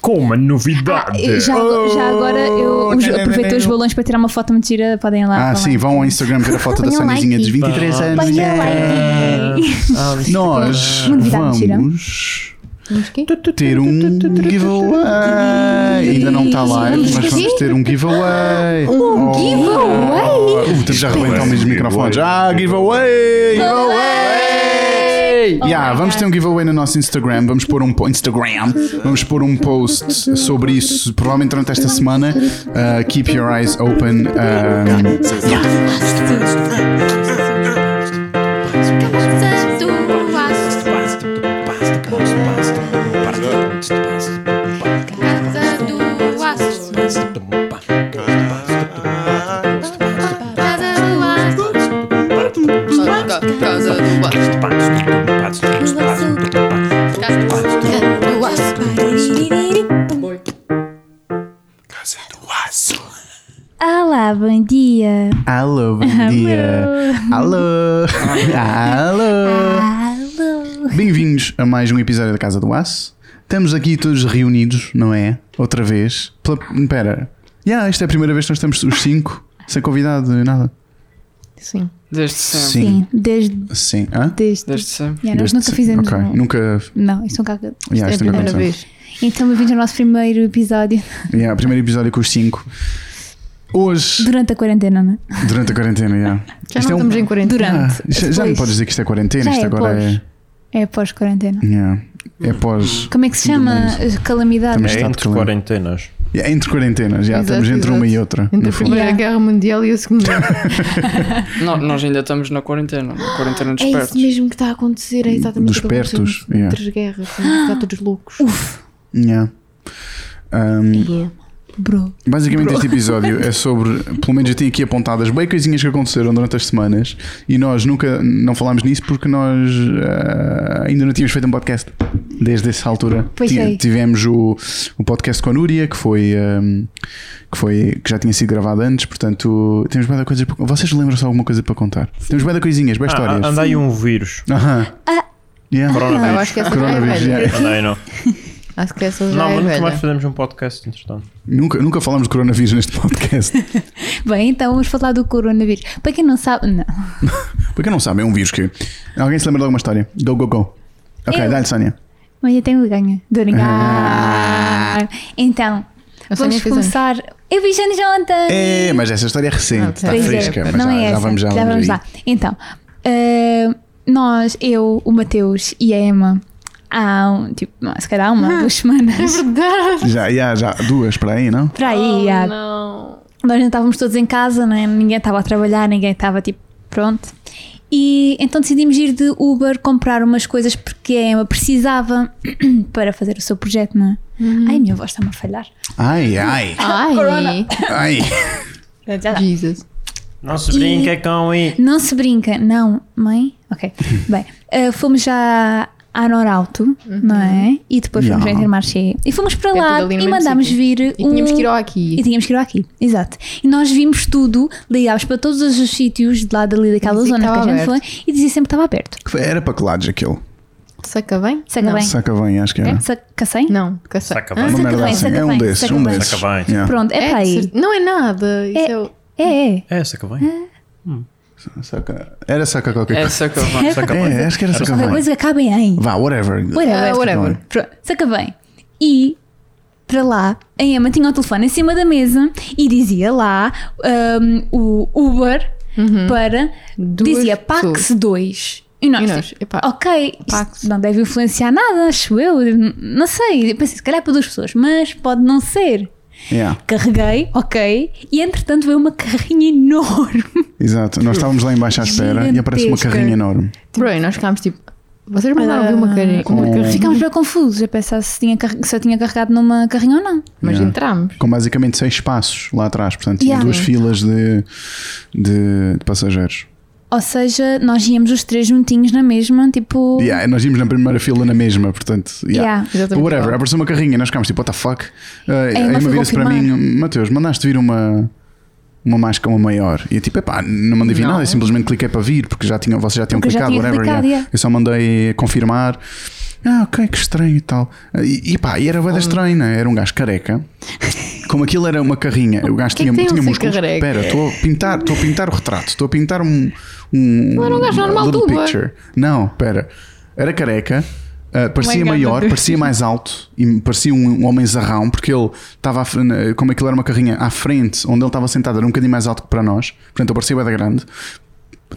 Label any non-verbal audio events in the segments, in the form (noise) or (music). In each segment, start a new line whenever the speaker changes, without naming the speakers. com uma
Ah,
Tá
novidade.
já, ago- já agora eu
Oh,
os- aproveitei os balões para tirar uma foto muito gira, podem lá.
Ah,
podem
sim,
lá.
vão ao Instagram ver a foto da
Ponham
Sonizinha
like.
dos 23 anos.
Ponham
Yeah.
like.
Nós
Uma novidade gira.
vamos
Vamos quê?
ter um giveaway. Ainda não está live, mas
Vamos
vamos ter um giveaway. Um
giveaway?
Estamos a arrebentar o mesmo microfone. Já, giveaway! Giveaway! yeah,
my
vamos
God.
ter um giveaway no nosso Instagram. Vamos pôr um po- Instagram. Vamos pôr um post sobre isso, provavelmente durante esta semana. Uh, keep your eyes open. um,
Olá, bom dia.
Alô, bom dia.
(laughs)
Alô. Alô.
Alô.
Bem-vindos a mais um episódio da Casa do Aço. Estamos aqui todos reunidos, não é? Outra vez. Pela... Pera. Yeah, esta é a primeira vez que nós estamos os cinco, sem convidado, nem nada.
Sim.
Desde sempre.
Sim, desde.
Sim. Hã?
desde,
Desde sempre.
Yeah, nós
Desde
nunca
sempre.
fizemos.
Ok.
um-
Nunca.
Não, isto nunca isto
Yeah,
é a
isto
primeira
nunca
Primeira
aconteceu.
vez.
Então, bem-vindos ao nosso primeiro episódio (laughs)
Yeah, primeiro episódio com os cinco. Hoje,
durante a quarentena, não é?
durante a quarentena, yeah.
Já
Isto
não
é um-
estamos em quarentena.
Ah,
Durante.
já, já não
Depois.
podes dizer que isto é quarentena,
Já
isto
é
agora
pós. É pós-quarentena.
é. Yeah. É pós.
Como é que se
Fim do
chama?
mundo.
a Calamidade.
Também
É
Está
entre
tudo bem.
quarentenas.
Yeah, entre quarentenas, já
Exato,
estamos entre uma
exato.
e outra.
Entre
no
a
fundo.
Primeira
Yeah.
Guerra Mundial e a Segunda.
No- nós ainda estamos na quarentena. Na quarentena dos
É isso
pertos.
mesmo que está a acontecer, é exatamente
Dos
o que aconteceu
pertos,
entre
yeah.
as guerras, vamos ficar todos loucos. é.
Uf,
Yeah. Um,
bro.
basicamente, este episódio é sobre. Pelo menos eu tenho aqui apontadas bem coisinhas que aconteceram durante as semanas e nós nunca não falámos nisso porque nós ah, ainda não tínhamos feito um podcast desde essa altura.
Pois
Ti-
é.
Tivemos o, o podcast com a Núria, que foi, ahm, que foi. que já tinha sido gravado antes, portanto, temos bem coisas. para- Vocês lembram-se de alguma coisa para contar? Temos bem coisinhas,
Ah,
bem histórias.
anda aí um vírus.
Aham. Yeah.
Ah, eu
Coronavírus.
acho que essa já é
Coronavírus,
velha.
yeah.
Anda aí não.
Acho que essa já
Não,
é
mas nunca
velha.
mais fazemos um podcast, entretanto.
Nunca, nunca falamos de coronavírus neste podcast.
Bem, então vamos falar do coronavírus. Para quem não sabe, não.
Para quem não sabe, é um vírus que. Alguém se lembra de alguma história? Go, go, go. Ok,
Eu.
dá-lhe, Sónia.
Mas eu tenho ganho. Estou a
Ah.
brincar. Então,
A Sónia
vamos
fez anos.
começar. Eu vi Janes ontem.
É, mas essa história é recente,
Ah,
está
Pois é,
fresca. mas
não
já,
é
já
essa.
vamos já. vamos aí.
lá. Então, eh, nós, eu, o Mateus e a Emma, há um, tipo, não, se calhar há uma, duas semanas.
Verdade!
Já, já, já, duas para aí, não?
Por aí, há-
Não.
nós não estávamos todos em casa, né? ninguém estava a trabalhar, ninguém estava tipo pronto. E então decidimos ir de Uber comprar umas coisas porque a Emma precisava (clears throat) para fazer o seu projeto, não é? Ai, minha voz está-me a falhar.
Ai, ai,
Ai!
ai.
Jesus.
Não se brinca com e.
Não se brinca, não, mãe?
(laughs)
Ok. Bem, eh, fomos já à Norauto, não é? E depois fomos
Yeah.
ao Intermarché. E fomos para
É
lá
tudo ali Uhum. no
e
mesmo
mandámos
sítio.
vir.
E tínhamos
um...
que ir ao
E
aqui.
tínhamos que ir ao aqui, exato. E nós vimos tudo, ligámos para todos os sítios de lá dali daquela
Dizia que
zona que a
estava
gente foi e dizia sempre que estava aberto.
Que Era para que lados aquilo?
Saca bem?
Saca
não.
bem.
Saca bem, acho que era.
É? Saca 100?
Não, que sa-
Saca
Hã?
bem.
Uma
saca
merda
bem,
assim.
saca
É um
bem,
desses,
saca
um
bem.
desses.
Saca bem.
Yeah.
Pronto, é, para
de
aí.
certeza. Não é nada. Isso é o-
É, é.
É, saca bem.
Saca- Era saca qualquer coisa.
É Essa que eu vou.
Saca bem.
É, acho que era saca
Qualquer
bem.
coisa que acaba em "em".
Vá, whatever.
Whatever.
Ah, whatever.
Pronto, saca bem. E para lá, a Emma tinha o telefone em cima da mesa e dizia lá ahm, o Uber para.
Duas
dizia Pax
pessoas.
2. Uhum. E nós,
E nós,
tipo,
epá,
ok, isto
Pax.
não deve influenciar nada, acho eu. n- Não sei, pensei, se calhar é para duas pessoas, mas pode não ser.
Yeah,
Carreguei, ok, e entretanto veio uma carrinha enorme.
exato. Nós estávamos lá embaixo à espera e aparece uma
Gigantesca.
carrinha enorme.
Bro, e nós ficámos tipo. um Vocês mandaram vir uma carrinha. Uma carrinha.
(laughs) Ficámos bem confusos a pensar se, tinha, carre- se eu tinha carregado numa carrinha ou não.
Mas
Yeah.
entramos.
com basicamente seis espaços lá atrás, portanto tinha
Yeah.
duas
Sim.
filas de, de, de passageiros.
Ou seja, nós íamos os três juntinhos na mesma, tipo.
Yeah, nós vimos na primeira fila na mesma, portanto, yeah.
Yeah.
Exatamente
whatever,
igual.
apareceu uma carrinha, nós ficámos tipo, what the fuck? Uh,
Emma
a Emma
foi
vira-se para mim,
confirmar.
Mateus, mandaste vir uma, uma máscara uma maior. E eu tipo, epá, não mandei vir
Não.
nada, eu simplesmente cliquei para vir, porque já tinham, vocês já tinham
Porque eu já
clicado,
tinha
whatever.
clicado, yeah.
Eu só mandei confirmar. ah, ok, que estranho e tal. E, e pá, e era bem estranho, né? era um gajo careca. Como aquilo era uma carrinha, o gajo
Que
tinha,
é que tem
tinha
um ser
músculos.
careca?
Espera, estou a pintar, estou a pintar o retrato, estou a pintar um. um
Não era um gajo
a
normal
little
do Uber.
picture. Não, espera. Era careca, ah, parecia
God,
maior,
meu Deus.
parecia mais alto e parecia um, um homem zarrão, porque ele estava, à fre- na- como aquilo era uma carrinha à frente, onde ele estava sentado, era um bocadinho mais alto que para nós, portanto, ele parecia bué da grande.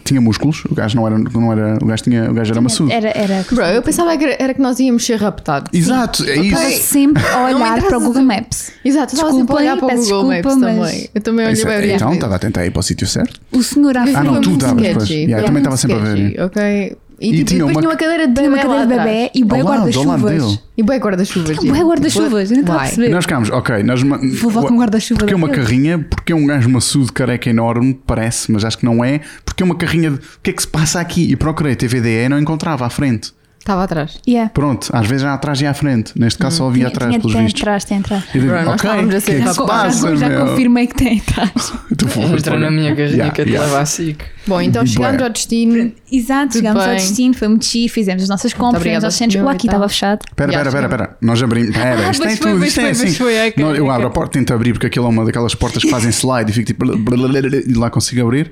Tinha músculos, o gajo não era, não era o gajo, tinha, o gajo era maçudo.
Era, era.
Bro, eu pensava que era, era que nós íamos ser raptados.
Exato, é isso.
Estava sempre a olhar
interessa.
para o Google Maps.
Exato, eu estava sempre
Desculpem,
a olhar para o
peço
Google Maps
desculpa, mas-
também. Eu também olhei
Isso,
para
então, estava a tentar ir para o sítio certo.
O senhor à
Ah, não,
frente.
tu estavas,
sketchy,
pois. Yeah, eu
foi
também
muito
estava sempre a ver.
sketchy, Ok. E,
E
tipo,
tinha
depois
uma
tinha uma
ca-
cadeira de
Tinha uma
bebé
cadeira
lá
de
atrás.
bebê e boi
Ao lado, ao lado
guarda-chuvas.
dele.
E bem guarda-chuvas.
Bué guarda-chuvas, eu não estava a
Vai.
perceber.
Nós ficámos, ok, nós. ma-
Vou levar com guarda-chuva
Porque é uma
daqueles.
carrinha, porque é um gajo maçudo, careca enorme, parece, mas acho que não é. Porque é uma carrinha de. O que é que se passa aqui? E procurei TVDE e não encontrava à frente.
Estava atrás.
Yeah.
Pronto, às vezes há atrás e à frente. Neste caso só havia
Tinha,
atrás,
tinha,
pelos
tem
vistos.
atrás, tem atrás.
Eu digo,
Bro, nós
ok, o
estávamos a
que
ser assim.
é que
Já
se
rapazes,
passa,
co- já
meu?
confirmei que tem atrás.
(laughs)
Tu foi-
Entra na minha carrinha
Yeah,
que eu te
yeah.
leva a SIC.
Bom, então
Bué.
chegámos ao destino.
Exato, chegámos ao
bem.
destino, foi muito chique, fizemos as nossas compras, fizemos
obrigada,
aos centros. O
senhor,
aqui
então.
estava fechado.
Espera, espera, espera, espera. Nós
(laughs)
abrimos. Pera, isto
Ah,
tem
pois foi,
tudo,
pois
isto é
foi, pois
assim.
foi, ok,
Não, eu
ok.
abro a porta, tento abrir, porque aquilo é uma daquelas portas que fazem slide e fico tipo. blá, blá, blá, blá, blá, E lá consigo abrir.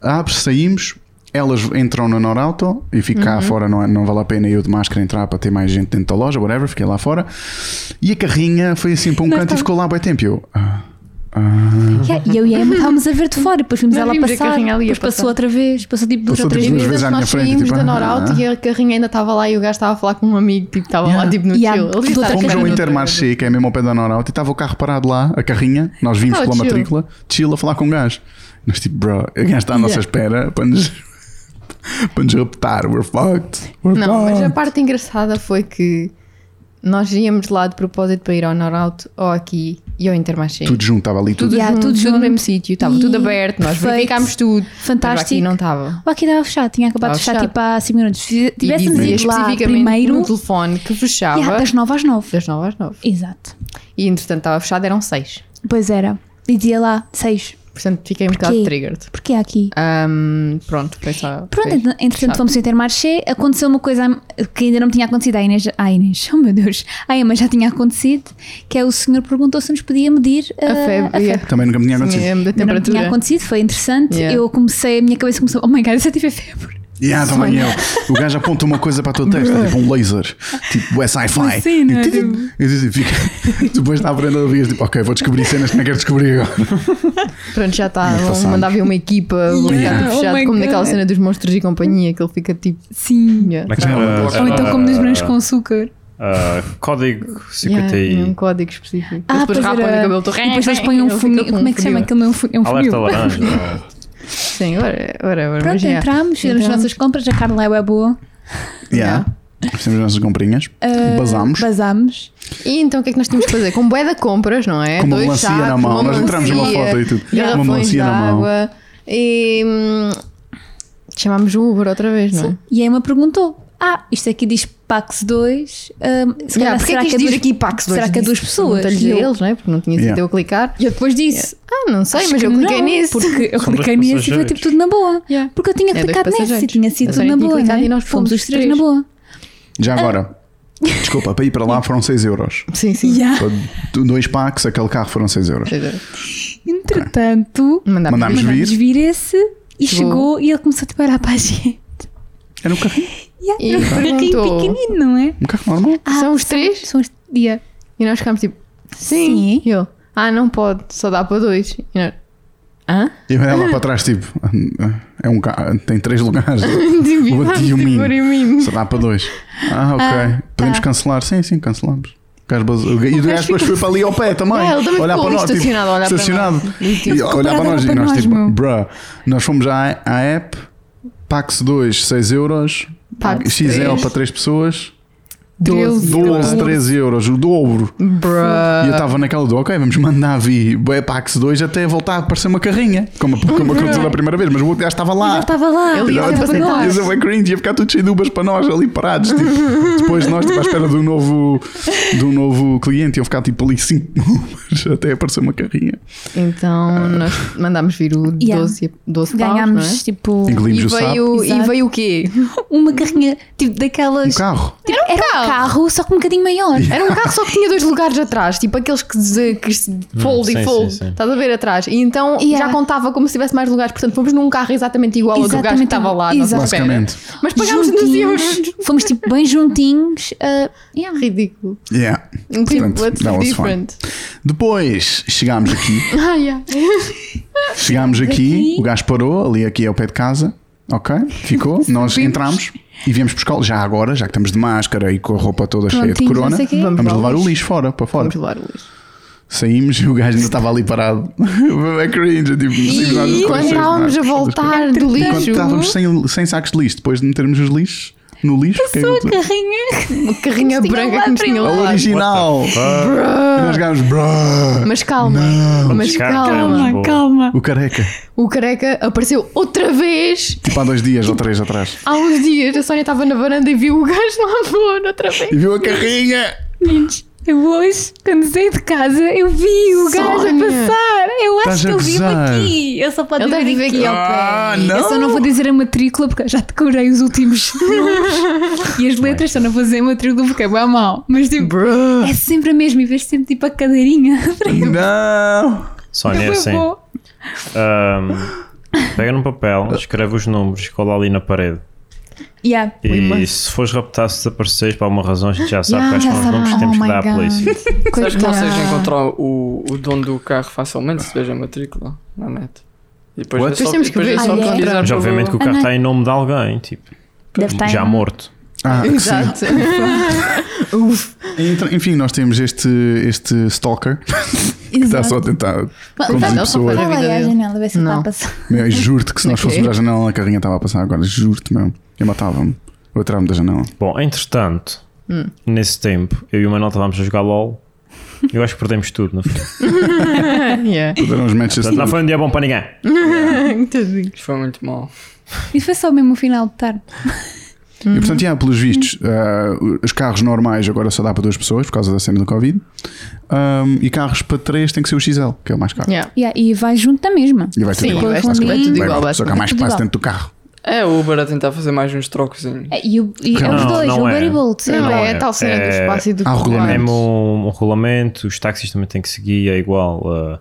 Abre, saímos. Elas entram na Norauto e fico
Uhum.
cá fora, não, é- não vale a pena eu de máscara entrar para ter mais gente dentro da loja, whatever, fiquei lá fora. E a carrinha foi assim para um
Nós
canto e
tá.
estávamos-
ficou lá bem tempo. e Eu, ah,
Yeah, E eu e a Emma estávamos a ver de fora, e depois vimos
Nós
ela
Uhum. vimos a
passar,
carrinha ali a
depois
passar.
passou outra vez, passou tipo duas
Passou
ou três
tipo
vezes.
duas
Vezes
à minha
nós
frente,
saímos
tipo,
da
(laughs)
ah,
Norauto
ah.
e a carrinha ainda estava lá e o gajo estava a falar com um amigo, tipo, estava lá
Yeah.
tipo no
Yeah.
chill. Ele devia
Do
estar
outro
Fomos
a
carrinha
ao
caminho outra vez.
Intermarché, que é mesmo ao pé da Norauto, e estava o carro parado lá, a carrinha, nós vimos
Estava
pela
Ah, chill.
matrícula, chill a falar com um gajo. Nós tipo, bro, o gajo está à nossa espera para nos, (laughs) para nos raptar, we're fucked. We're
Não, mas a
fucked.
parte engraçada foi que nós íamos lá de propósito para ir ao Norauto ou aqui e ao Intermarché.
Tudo junto, estava ali tudo.
Yeah,
junto,
tudo
tudo
junto.
no mesmo sítio, estava
E
tudo aberto, nós
perfeito.
verificámos tudo. Mas aqui
Fantástico.
não estava.
O aqui estava fechado, tinha acabado de
Estava
fechar
fechado.
tipo há 5 minutos. Se
E
tivéssemos
dizia
ido lá
especificamente
primeiro,
no telefone que fechava
yeah, das 9 às 9.
das 9 às 9.
Exato.
E entretanto estava fechado, eram 6.
Pois era. E dizia lá 6.
Portanto fiquei um bocado
Porquê?
triggered.
Porquê há aqui?
Ahm, pronto, foi só.
Pronto,
foi.
ent- entretanto
Fechado.
fomos ao Intermarché, aconteceu uma coisa que ainda não tinha acontecido à Inês, à Inês, (laughs) oh meu Deus, à Emma já tinha acontecido, que é o senhor perguntou se nos podia medir ah,
A febre, yeah.
Também nunca me tinha
Sim,
acontecido.
é, da
Não tinha
temperatura.
acontecido, foi interessante.
Yeah.
Eu comecei, a minha cabeça começou, oh my god, eu já tive febre.
Yeah, também eu. O gajo aponta uma coisa para a tua testa, tipo um laser, tipo é sci-fi.
Sim, não é?
E tu- tipo,
tipo-
e tu- fica- (laughs) Depois está à frente da vez, tipo, ok, vou descobrir cenas é que não quero descobrir agora.
Pronto, já está.
Mas passamos.
Mandava uma equipa um
Yeah,
bocado
oh
fechado,
my
como
God.
naquela cena dos monstros e companhia, que ele fica tipo.
é
Sim.
yeah.
Naquela-
Ou então como nos brancos com açúcar.
Ah, código
Yeah,
50
tinha um
e.
código específico.
Ah,
Eles
pois
depois rapam
era.
o cabelo todo.
E depois eles põem um
Ele fica
funil.
com
Como é que se chama
funil.
aquele é um fu- é um funil?
Alerta laranja. não é?
Sim, ora, ora, ora. mas
Pronto,
yeah.
entramos, fizemos as
Entramos.
nossas compras, a Carla é boa.
Yeah. Fizemos as nossas comprinhas,
Ah,
basámos.
Basámos.
E então o que é que nós tínhamos que fazer? Com bué de compras, não é?
Com uma
Dois
melancia na
sacos,
mão.
uma
Nós entramos numa
melancia,
foto e tudo. Uma
garrafões
melancia
de
na mão.
água. E hum, chamámos o Uber outra vez, não é?
E a Emma perguntou: Ah, isto aqui diz Pax 2. ah, se calhar,
Yeah, porque
será
é
que
que isto
é
diz
duas-
aqui Pax
Será que é duas pessoas?
Perguntei-lhes
E
a
eu-
eles, não é? Porque não tinha sido
Yeah.
eu clicar.
E eu depois disse:
Ah, não sei,
Acho
mas eu
que
cliquei
não,
nisso.
Porque eu
São dois
cliquei nisso e foi
passageiros.
tipo tudo na boa.
Yeah.
Porque eu tinha
É, dois
clicado nisso e
passageiros.
tinha sido
Eu
tudo
só
na
tinha
boa.
clicado
né?
e nós
Fomos
fomos
os três na
três.
boa.
Já agora, desculpa, para ir para lá foram 6 euros.
Sim, sim.
Yeah.
Para do- dois packs, aquele carro foram 6 euros.
Entretanto,
Mandámos.
Mandámos. vir.
mandámos vir esse e chegou.
Chegou.
e ele começou tipo, a olhar para a gente.
Era um carrinho,
Yeah,
E
era um carrinho
perguntou-
pequenino, não é?
um carro normal.
São os três?
São os dia.
E nós ficámos tipo, sim.
Sim.
E eu, ah, não pode, só dá para dois. E nós, hã?
E vai lá para trás, tipo, é um carro, tem três lugares.
(laughs) Tipo,
Bati o
por
mínimo.
mim.
Só dá para dois. Ah, ok. Podemos cancelar? Sim, sim, cancelamos. O gajo basou- E o gajo depois foi para ali ao pé também.
Ah, ele também
olhar
ficou
para
ali
nós, tipo,
estacionado a olhar para
estacionado.
Tipo,
E
Ficou
olhar para
parado a olhar
nós e
para
nós,
nós,
tipo,
meu.
bruh, nós fomos já à, à app, Pax 2, 6 euros,
Pax
XL
três.
para 3 pessoas,
Doze.
12, 13 euros, o dobro. E eu
Bruh.
estava naquela do, ok, vamos mandar vir bué Pax 2 até voltar a aparecer uma carrinha, como, como aconteceu da primeira vez, mas o outro gajo estava
Já
lá.
estava lá.
Ele Ah, ia
olhava
sempre
para
atrás.
nós.
Isso é bem cringe, ia ficar tudo cheio de ubas para nós ali parados. Tipo, depois nós, tipo, à espera de um novo, de um novo cliente, iam ficar tipo ali (laughs) 5 ubas até aparecer uma carrinha.
Então nós mandámos vir o
Yeah.
12,
é?
12
Ganhámos
paus,
tipo
não é?
Engolimos
E
o sapo.
veio,
(laughs)
e
Exato.
veio o quê?
uma carrinha tipo
Um
daquelas.
carro.
Então.
Tipo, era um carro, carro, só que um bocadinho maior.
Era um carro só que tinha dois lugares atrás, tipo aqueles que, se- que se-
Hum,
fold
sim,
e fold,
sim, sim.
estás a ver atrás. E então
Yeah.
já contava como se tivesse mais lugares, portanto fomos num carro exatamente igual ao do gajo que
Exatamente
estava lá. à
igual.
nossa espera.
Basicamente.
Mas pagámos 2 euros.
Juntinhos. Fomos tipo bem juntinhos. ah, yeah.
Ridículo.
Yeah.
Um tipo,
Portanto,
what's
that was
different?
Depois chegámos aqui.
(laughs) Ah, yeah.
Chegámos aqui, o gajo parou, ali aqui é o pé de casa, ok? Ficou,
(laughs)
nós entramos e viemos buscar já agora, já que estamos de máscara e com a roupa toda cheia de
Prontinhos,
corona,
não sei o quê.
vamos,
Vamos ao
levar o
lixo.
lixo fora, para fora.
Vamos levar o lixo.
Saímos e o gajo ainda estava ali parado. (laughs) é cringe, eu, tipo, não sei nada de
E quando
coisas,
estávamos a
nada.
voltar
E
do
quando
lixo,
estávamos sem, sem sacos de lixo, depois de metermos os lixos no lixo, o que é que aconteceu?
carrinha.
uma carrinha
Tinha
branca que nos
lá
tinha
a
levado.
original! E nós chegámos, bruh!
Mas calma, mas
Descarga.
calma.
Calma,
Boa.
Ah, calma.
O careca,
O careca apareceu outra vez
tipo há dois dias ou três atrás.
há uns dias. A Sónia estava na varanda e viu o gajo lá fora outra vez.
E viu a carrinha!
Meninos, eu hoje, quando saí de casa, eu vi o gajo a
Sónia,
passar. Eu acho
estás
que
a
ele vive
gozar.
aqui. Ele só pode
Ele deve
viver aqui.
viver aqui ao
Ah,
pé.
não!
Eu só não vou dizer a matrícula porque eu já decorei os últimos (laughs) números e as letras só não vou dizer a matrícula porque é bem mau. Mas tipo, é sempre a mesma e vês sempre tipo a cadeirinha. é
Não!
Eu (laughs)
Sónia,
vou-
assim.
vou.
ahm, pega num papel, escreve os números, cola ali na parede.
Yeah.
E
mas-
se fores raptar, se desapareceres por alguma razão, a gente já sabe quais
já
são os números que
sabe.
temos que
Oh
dar à
my God.
polícia.
Sabes que consegues
Coitado.
encontrar o, o dono do carro facilmente se vês a matrícula na net. E depois
What?
é
Depois
só,
temos que
depois é
ver.
só
Ah, é?
pesquisar
Mas
pelo-
obviamente que o carro
Ah, não.
está em nome de alguém, tipo,
Deve estar
já
em-
morto.
Ah, sim.
Exato. (laughs) Uf.
Então, enfim, nós temos este, este stalker que está
Tá
Exato.
só a tentar
Mas- tá,
conduzir
mas-
não, só
pessoas.
faz-
Olha
vida
aí a
dele.
janela, vê se está
Não.
a passar.
Meu, eu juro-te que se nós
Ok.
fôssemos à janela, a carrinha estava a passar agora. Juro-te mesmo. Eu matava-me. Eu atirava-me da janela.
Bom, entretanto,
Hum.
nesse tempo, eu e o Manuel estávamos a jogar LOL. Eu acho que perdemos tudo, não foi?
Yeah.
Todos eram os matches assim.
Portanto, não foi um dia bom para ninguém.
Tadinho.
Isto foi muito mal.
E foi só mesmo o final de tarde.
E portanto, yeah, pelos vistos, ah, os carros normais agora só dá para duas pessoas por causa da cena do Covid. Ahm, e carros para três tem que ser o XL, que é o mais caro.
Yeah.
Yeah, e vai junto da mesma.
E vai tudo
Sim,
igual.
vai-
basicamente.
vai tudo
igual,
Vai- Só que há
basicamente.
mais
Tudo
espaço
igual.
dentro do carro.
É o Uber a tentar fazer mais uns trocozinhos.
E, o, e é os
Não,
dois,
não
o Tá
é.
Barry Bolt.
Não,
Não,
é,
é-
a tal cena do
é-
espaço e do
há o regulamento.
Mesmo um, um regulamento, os táxis também têm que seguir, é igual. eh,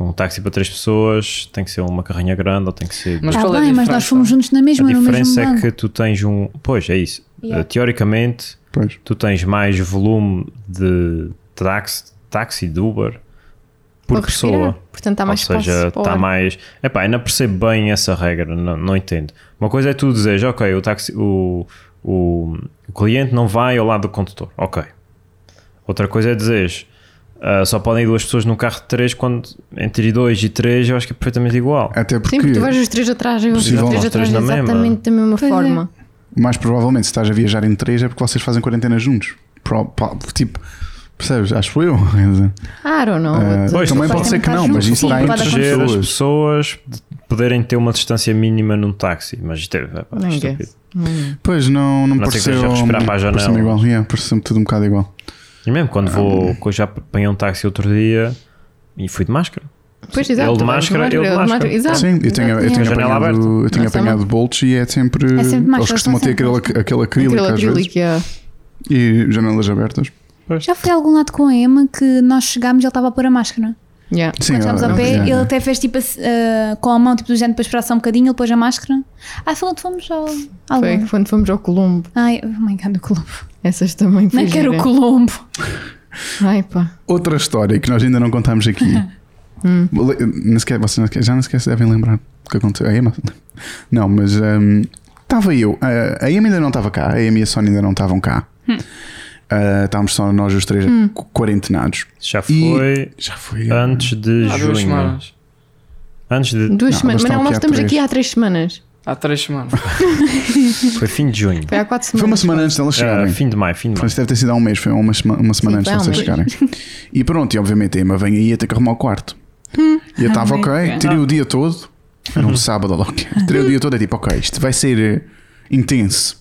um táxi para três pessoas tem que ser uma carrinha grande ou tem que ser.
Mas
Está
qual é a
bem, mas nós
diferença?
fomos juntos na
a
mesma, no mesmo
diferença é
banco.
que tu tens um. Pois, é isso.
Yeah.
Eh, teoricamente,
Pois.
tu tens mais volume de táxi, táxi de Uber por
Para respirar.
pessoa.
Portanto, há mais
Ou
espaço.
seja, tá
para o
está
ar.
mais. Epá, ainda percebo bem essa regra, não, não entendo. Uma coisa é tu dizeres, ok, o, táxi, o, o, o cliente não vai ao lado do condutor, ok. Outra coisa é dizeres, ah, só podem ir duas pessoas num carro de três, quando entre dois e três eu acho que é perfeitamente igual.
Até
Sim, porque
porque,
tu vais os três atrás e os
Possível.
três
Os
atrás
três na mesma.
exatamente da mesma
Pois é.
forma.
mais provavelmente, se estás a viajar em três, é porque vocês fazem quarentena juntos. Pro- pro- tipo, percebes? Acho eu. (laughs) quer dizer.
Ah, I don't know.
Ah,
Outro-
pois,
também
tu
pode
vais
ser que
tentar
não, mas
junto,
isso
sim,
está entre
pode
Proteger as
pessoas.
pessoas de poderem ter uma distância mínima num táxi, mas isto é, epá,
Ninguém.
estúpido.
Hum.
Pois não, não,
Não sei que
pareceu.
seja respirar para a janela.
Pareceu-me igual, yeah, pareceu-me tudo um bocado igual.
E mesmo quando vou, que eu já apanhei um táxi outro dia e fui de máscara.
Pois,
Ele de
exato. também,
máscara, ele de
ele de
máscara.
Exato.
Sim, eu tenho, eu tenho
exato.
Ah, A janela
apanhado, eu tenho
Nossa,
apanhado bolts e é sempre.
É sempre mais, eles
eles costumam ter
são
aquele,
sempre
ac- aquele
Aquele
acrílico às vezes
acrílico, yeah.
e janelas abertas.
Já foi a algum lado com a Emma que nós chegámos e ele estava a pôr a máscara.
Yeah.
Sim,
Quando chegámos
é-
ao
é-
pé,
é-
ele até fez tipo assim, ah, com a mão, tipo do género, depois para só um bocadinho, ele pôs a máscara. Ah, foi onde fomos ao. ao
Foi
Louvre.
quando fomos ao Colombo.
Ai, oh my god, o Colombo.
Essas também
Não
fugiram.
quero o Colombo.
Ai pá. Hum.
Outra história que nós ainda não contámos aqui.
(laughs)
Le- nem sequer- vocês nem sequer- já não sequer se devem lembrar do que aconteceu. A Emma. (laughs) Não, mas hum, estava eu. A, a Emma ainda não estava cá. A Emma e a Sónia ainda não estavam cá. Ah, estávamos só nós os
Hum.
três qu- quarentenados.
Já
E-
foi
Já foi. hum.
antes de
Há duas
junho.
semanas.
Antes de.
Duas
Não,
semanas.
mas
Mas
estão
não, nós
aqui há
estamos
três.
aqui há três semanas.
Há três semanas.
Foi fim de junho.
(laughs) Foi há quatro
Foi uma
semanas.
semana antes delas
Ah,
chegarem.
fim de maio, fim de
Portanto,
maio.
isso deve ter sido há um mês, foi uma, sema- uma semana
Sim,
antes de
foi há
vocês
um
chegarem. E pronto, e obviamente a Emma vem aí até que arrumar o quarto.
Hum.
E eu
Ah,
estava ok, tirei o dia todo, era um sábado logo, tirei o dia todo, é tipo, ok, isto vai ser eh, intenso.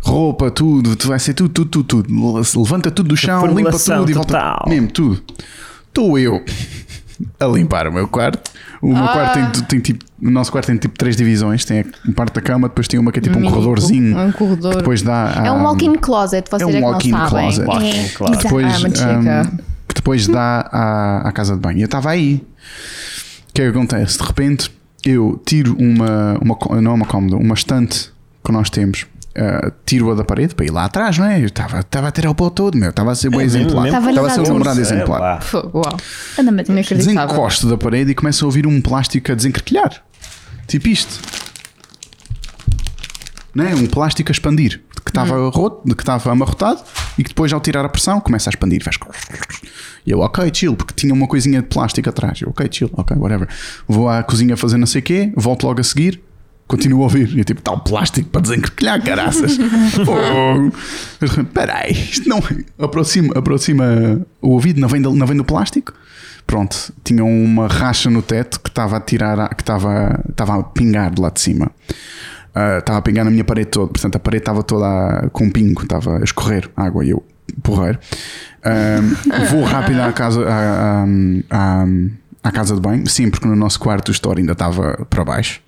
Roupa, tudo, tu- vai ser tudo, tudo, tudo,
um
tudo. Le- Levanta tudo do chão, limpa
Reformulação
tudo e volta.
total.
Mesmo, tudo. Estou eu (laughs) a limpar o meu quarto. O meu
Ah.
quarto tem, tem tipo. O nosso quarto tem tipo três divisões. Tem a parte da cama, depois tem uma que é tipo um
Mini-
corredorzinho.
Um
que
corredor.
depois dá.
É um
à-
walk-in closet, vocês
é um
é, que
walk-in
não sabem.
closet.
Walk-in
É,
closet.
exato.
depois,
Ah, muito
ahm,
chica.
que depois dá à, à casa de banho. E eu estava aí. O que é que acontece? De repente, eu tiro uma, uma có- não é uma cómoda, uma estante que nós temos. ah, tiro-a da parede para ir lá atrás, não é? Eu estava estava a ter ao pó todo, meu. Estava a ser bem exemplar.
É mesmo- é,
Estava a ser um
Sei
é,
namorado exemplar.
exemplar.
Pô, Uau,
Ah, Anda-me a
é
dizer.
inacreditável.
Desencosto da parede e começo a ouvir um plástico a desencarquilhar. Tipo isto. Não é? Um plástico a expandir. Que estava roto, que estava amarrotado e que depois, ao tirar a pressão, começa a expandir. Faz... E eu, ok, chill, porque tinha uma coisinha de plástico atrás. Eu, ok, chill, ok, whatever. Vou à cozinha fazer não sei o quê, volto logo a seguir. Continuo a ouvir, e eu tipo, está o plástico para desencarquilhar, caraças. Espera aí, isto não. é- Aproxima, aproxima o ouvido, não vem, do, não vem do plástico? Pronto, tinha uma racha no teto que estava a tirar, a- que estava, estava a pingar de lá de cima. Ah, Estava a pingar na minha parede toda, portanto a parede estava toda a- com um pingo, estava a escorrer água e eu, porreiro. Ahm, (laughs) vou rápido à casa, à, à- à- à casa de banho, sim, porque no nosso quarto o store ainda estava para baixo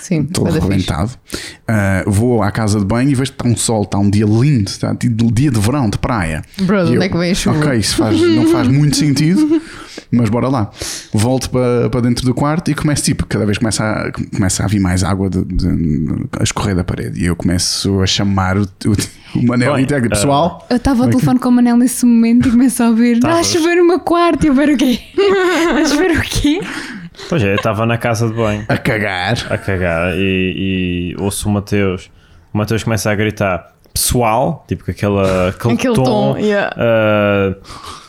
Sim,
todo
bué da Hum, fixe.
arrebentado. Ah, vou à casa de banho e vejo que está um sol, está um dia lindo, está um dia de verão, de praia.
Bro,
E
de
eu,
onde é que vem a chuva?
Ok, isso faz- não faz muito sentido, mas bora lá. Volto para para dentro do quarto e começo, tipo, cada vez começa a, começa a vir mais água de- de- a escorrer da parede. E eu começo a chamar o, o, o Manel
Bem,
e
eh,
digo,
ah,
pessoal,
Eu estava ao telefone com o Manel nesse momento e começo a ouvir. Está a
Estavas.
chover uma quarta e eu ver o
(laughs)
quê? A chover o quê?
Pois é, eu estava na casa de banho
a cagar.
a cagar e, e ouço o Mateus. O Mateus começa a gritar pessoal, tipo com aquela, aquele,
Aquele tom, yeah.
ah,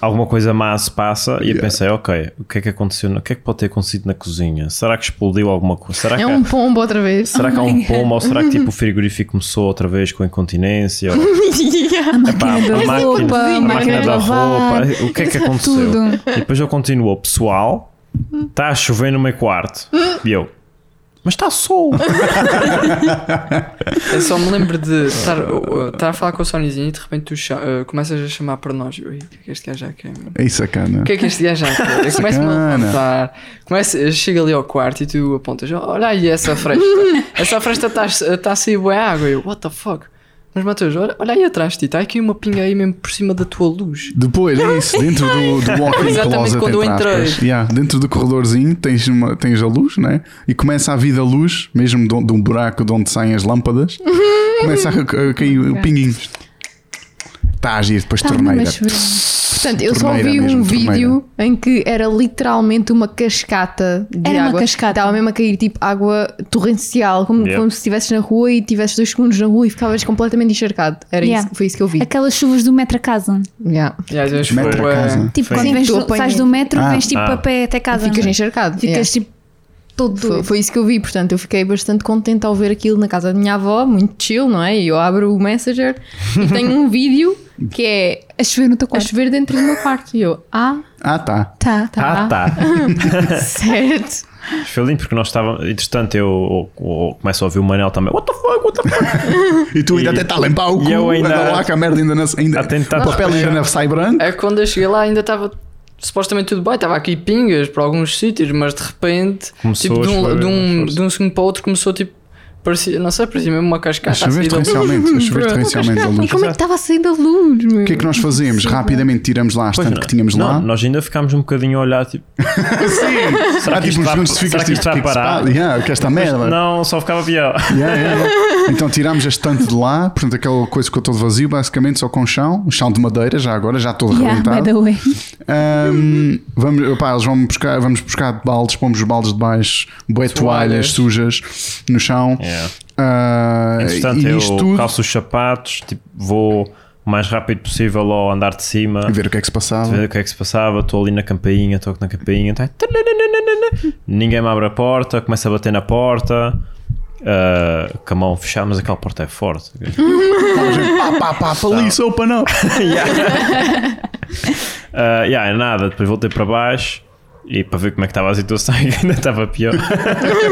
alguma coisa má se passa. E eu
Yeah.
pensei, ok, o que é que aconteceu? na- O que é que pode ter acontecido na cozinha? Será que explodiu alguma coisa? Será que
É
há-
um pombo outra vez.
Será que há
(laughs)
um pomo ou será que tipo, o frigorífico começou outra vez com
(laughs)
incontinência? Ou,
A
Ah,
máquina
a
da
máquina-
roupa,
a
a
máquina
máquina de
da
lavar.
roupa, o que é que aconteceu?
Tudo.
E depois eu continuo, pessoal, está a chover no meu quarto. E eu, mas está sol.
Eu só me lembro de estar, uh, estar a falar com o Sonizinho e de repente tu cha- uh, começas a chamar para nós. Eu, "Ih, O que é que este gajo já quer? meu?"
É isso, sacana.
O que é que este gajo já quer? Eu começo-me a
Sacana.
levantar. Começo, chega ali ao quarto e tu apontas: "Oh, Olha aí essa fresta. Essa fresta está tá a sair boa água. Eu, what the fuck? Mas Matheus, olha, olha aí atrás de ti, está aqui uma pinga aí mesmo por cima da tua luz.
Depois, é isso, dentro do, do walk-in
Exatamente
closet,
quando eu
entre
entrei.
aspas. Yeah, dentro do corredorzinho tens, uma, tens a luz, né? E começa a vir a luz, mesmo de, um- de um buraco de onde saem as
(laughs)
lâmpadas, começa a, ca- a cair o pinguinhos. Está a agir,
Tá
depois
Estava
torneira.
a chover.
Portanto, eu só
Torneira
vi
mesmo,
um
torneira.
vídeo em que era literalmente uma cascata de
Era uma
água.
cascata.
Estava mesmo a cair tipo água torrencial, como,
Yeah.
como se estivesses na rua e tivesses dois segundos na rua e ficavas completamente encharcado. Era
Yeah.
isso, foi isso que eu vi.
Aquelas chuvas do metro a casa.
Yeah.
E às vezes
Mete
foi,
a
ué,
casa.
Tipo,
Sim.
quando
Sim,
vens
tu
do-
apanhas.
sais do metro,
Ah,
vens tipo
ah.
a pé até casa.
Ficas
não é?
encharcado. yeah.
Ficas tipo todo
Foi,
doido.
foi isso que eu vi, portanto, eu fiquei bastante contente ao ver aquilo na casa da minha avó, muito chill, não é? E eu abro o Messenger e
(laughs)
tenho um vídeo que é
A chover no teu
a
quarto.
chover dentro do meu quarto. E eu, ah,
Ah, tá.
Tá.
tá,
Ah, tá.
certo.
Foi lindo porque nós estávamos. Entretanto, eu, eu, eu começo a ouvir o Manel também. What the fuck? What the fuck?
E tu ainda
E-
até tá está a limpar o
e
cu,
eu ainda-
anda lá que a merda ainda não ainda,
A tentar-
O papel ainda não sai branco.
É que quando eu cheguei lá ainda estava supostamente tudo bem, estava aqui pingas para alguns sítios, mas de repente,
Começou
tipo,
a
de um,
chover,
de, um,
mas
de um segundo para o outro começou tipo, parecia, não sei, parecia mesmo uma
A
cascata.
chover
assim,
torrencialmente,
(laughs)
a
(laughs)
chover torrencialmente
um
a
E
luz.
como é que estava a sair da luz, meu?
O que é que nós fazemos? Rapidamente tiramos lá a
Pois
estante
não.
que tínhamos
Não,
lá.
Nós ainda ficámos um bocadinho a olhar, tipo.
Sim, será
que isto vai- será que isto vai parar?
tipo, ah, Yeah, que esta merda.
Não, só ficava pior.
(laughs) Yeah, yeah, yeah. Então tirámos a estante de lá, portanto, aquela coisa ficou todo vazio, basicamente só com chão, um chão de madeira, já agora, já todo
Yeah, by
arrebentado.
the way.
Ahm, vamos, opá, eles vão buscar, vamos buscar baldes, pomos os baldes de baixo, boé toalhas
Toalhas.
sujas no chão.
Yeah.
Ah,
É. Entretanto,
e
eu
nisto tudo,
calço os sapatos, tipo, vou o mais rápido possível ao andar de cima,
a ver o que é que se passava.
ver o que é que se passava. Estou ali na campainha, toco na campainha, tá... ninguém me abre a porta, começa a bater na porta. ah, com a mão fechada, mas aquela porta é forte.
Pá, pá, pá, police, open up.
é Ah, yeah, nada, depois voltei para baixo E para ver como é que estava a situação, (laughs) e ainda estava pior.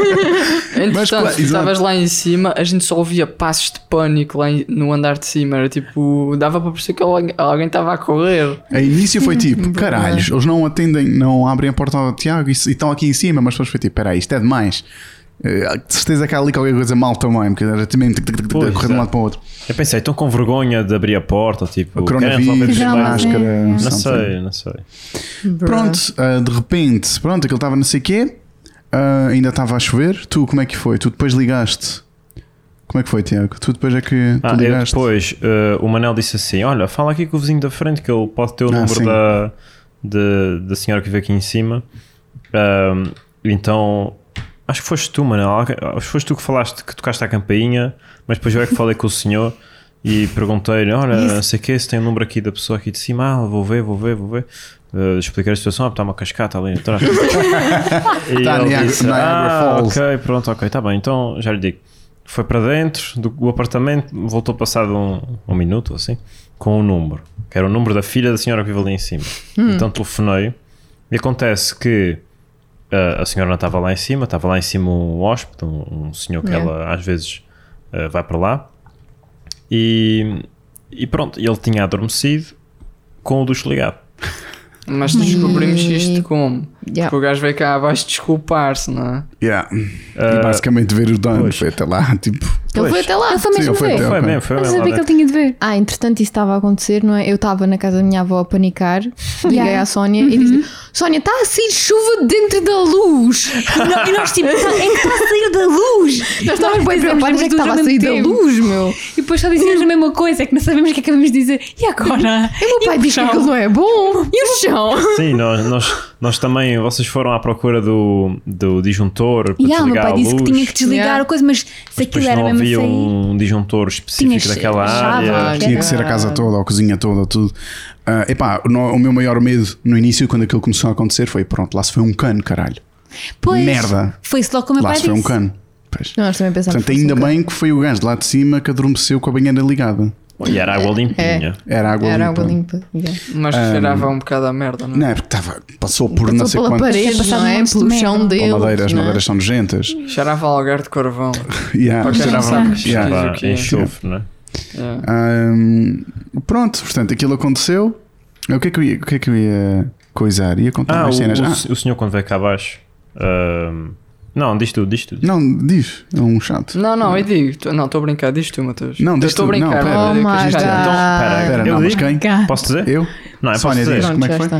Mas, claro,
Entretanto,
exato.
É tu estavas lá em cima, a gente só ouvia passos de pânico lá em- no andar de cima. Era tipo, dava para perceber que alguém alguém estava a correr.
A início foi
(laughs)
tipo, caralhos, eles não atendem, não abrem a porta ao Tiago e e estão aqui em cima, mas depois foi tipo, peraí, isto é demais. Eh, De certeza que há ali qualquer coisa mal também, porque era também tic, tic, tic, tic,
Pois,
a correr de um
é.
lado para o outro.
Eu pensei, estão com vergonha de abrir a porta, tipo,
O
querem resolver
coronavírus,
os
Fizeram lá,
problemas.
máscara,
é.
um. Não
something.
sei, não sei.
Pronto, ah, de repente, pronto, aquilo estava não sei o quê, ah, ainda estava a chover. Tu, como é que foi? Tu depois ligaste. Como é que foi, Tiago? Tu depois é que tu
Ah, eu
ligaste.
depois eh, o Manel disse assim: Olha, fala aqui com o vizinho da frente que ele pode ter o
Ah,
número
sim.
da, de- da senhora que veio aqui em cima. Ahm, então, acho que foste tu, Manel. Algu- Acho que foste tu que falaste que tocaste à campainha, mas depois eu é que falei com o senhor e perguntei-lhe: Olha, não sei o que, se tem o número aqui da pessoa aqui de cima, ah, vou ver, vou ver, vou ver. Eh, expliquei a situação, ah, está uma cascata ali atrás. e
Tá,
ele
Niagara-
disse,
Niagara
ah,
Falls."
ok, pronto, ok, está bem, então já lhe digo. Foi para dentro do, do apartamento, voltou passado um, um minuto ou assim, com o número, que era o número da filha da senhora que vive ali em cima.
Hum.
Então telefonei e acontece que ah, a senhora não estava lá em cima, estava lá em cima um hóspede, um, um senhor que
Yeah.
ela às vezes ah, vai para lá. E, e pronto, ele tinha adormecido com o ducho ligado.
Mas descobrimos isto como?
Yeah.
Porque o gajo veio cá abaixo desculpar-se, não é?
Yeah. e basicamente ver o dano,
Eh, pois.
foi até lá, tipo.
Ele foi até lá.
Ele foi
Sim,
mesmo
ele foi
ver.
É,
até-
Foi
ok.
mesmo, foi
Eu
mesmo.
sabia que ele tinha de ver.
Ah, entretanto isso estava a acontecer, não é? Eu estava na casa da minha avó a panicar, liguei
Yeah.
à Sónia e disse: Sónia, está a sair chuva dentro da luz!
E nó- e nós tipo, "Tá- é que está a sair da luz.
Nós estávamos bem
Pois é,
preocupados, mas é
duas
que estava
ao
a
mesmo
sair da
tempo.
luz, meu!
E depois só dizemos a mesma coisa, é que não sabemos o que é que vamos dizer. E agora?
E o meu pai diz que aquilo não é bom! E o chão?
Sim, nós, nós, nós também, vocês foram à procura do, do disjuntor para
E ah, o meu
desligar
pai
a
disse
luz.
que tinha que desligar
Yeah.
a coisa, mas se
Depois
aquilo era
não
mesmo assim,
havia
sair.
um disjuntor específico
Tinhas
daquela
chave,
área.
ok.
Tinha que ser a casa toda, a cozinha toda, tudo. Ah, epá, o no- o meu maior medo no início, quando aquilo começou a acontecer, foi pronto, lá se foi um cano, caralho.
Pois,
Merda.
Foi-se logo como o meu
Lá
pai
se foi um
disse.
cano. Pois.
Nós também pensámos
Portanto, ainda bem que foi o gajo lá de cima que adormeceu com a banheira ligada.
E era água
É.
limpinha.
Era água
Era
limpa.
água limpa. Yeah.
Mas cheirava um bocado a merda, não é?
Não, é porque tava, passou por não sei
Passou pela
quantas
parede,
Passado
não é?
montes de
Pelo
merda.
chão
Ou
deles.
madeiras,
não é?
madeiras são nojentas. (laughs)
Cheirava a algar de corvão.
Yeah,
Ok.
cheirava-
Sim.
yeah.
Pá,
Diz o que é.
enxofre, né?
É.
Ahm, pronto, portanto, aquilo aconteceu. O que é que eu ia, o que é que eu ia coisar? Ia contar
Ah, o,
umas cenas. Ah,
o, o senhor quando veio cá abaixo. ahm, não, diz tu, diz tu.
não, diz, é um chato.
Não, não, eu digo. tu- Não, estou a brincar, diz tu, Matheus.
Não, diz
estou a
tu. Não,
brincar.
pera.
eu
Oh
digo que a
my
gente-
God.
pera,
então Espera,
eu
não, mas
digo?
quem?
(laughs)
Posso dizer?
Eu?
Não, é posso
Sónia,
dizer.
diz como é que
já
foi?
está.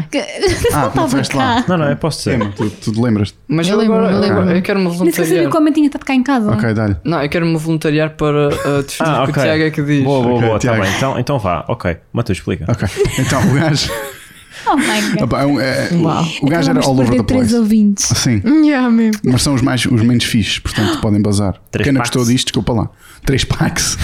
Ah, não estiveste lá.
Não, não, eu posso dizer.
Emma, tu, tu te lembras?
Mas
Eu
eu,
lembro,
agora,
eu
eu,
lembro.
agora- eu quero me
Nem sequer sabia
voluntariar.
que o homem tinha estado cá em
Hum.
casa.
Ok, dá-lhe.
Não, eu quero me voluntariar para uh, definir
Ah,
o que
ok.
o Tiago é que diz.
Boa, boa,
Ok,
boa, tá
Tiago.
bem. Então, então vá, ok. Matheus, explica.
(laughs)
Ok, então o gajo.
Oh my god.
Epá, é um- é-
Uau.
o gajo era
Acabamos de
all over
perder
the
três
place.
ouvintes.
Sim.
Yeah, mesmo.
Mas são os, mais, os menos fixes, portanto podem bazar.
Três
Quem não
packs.
gostou disto, desculpa lá. Três
(laughs)
packs.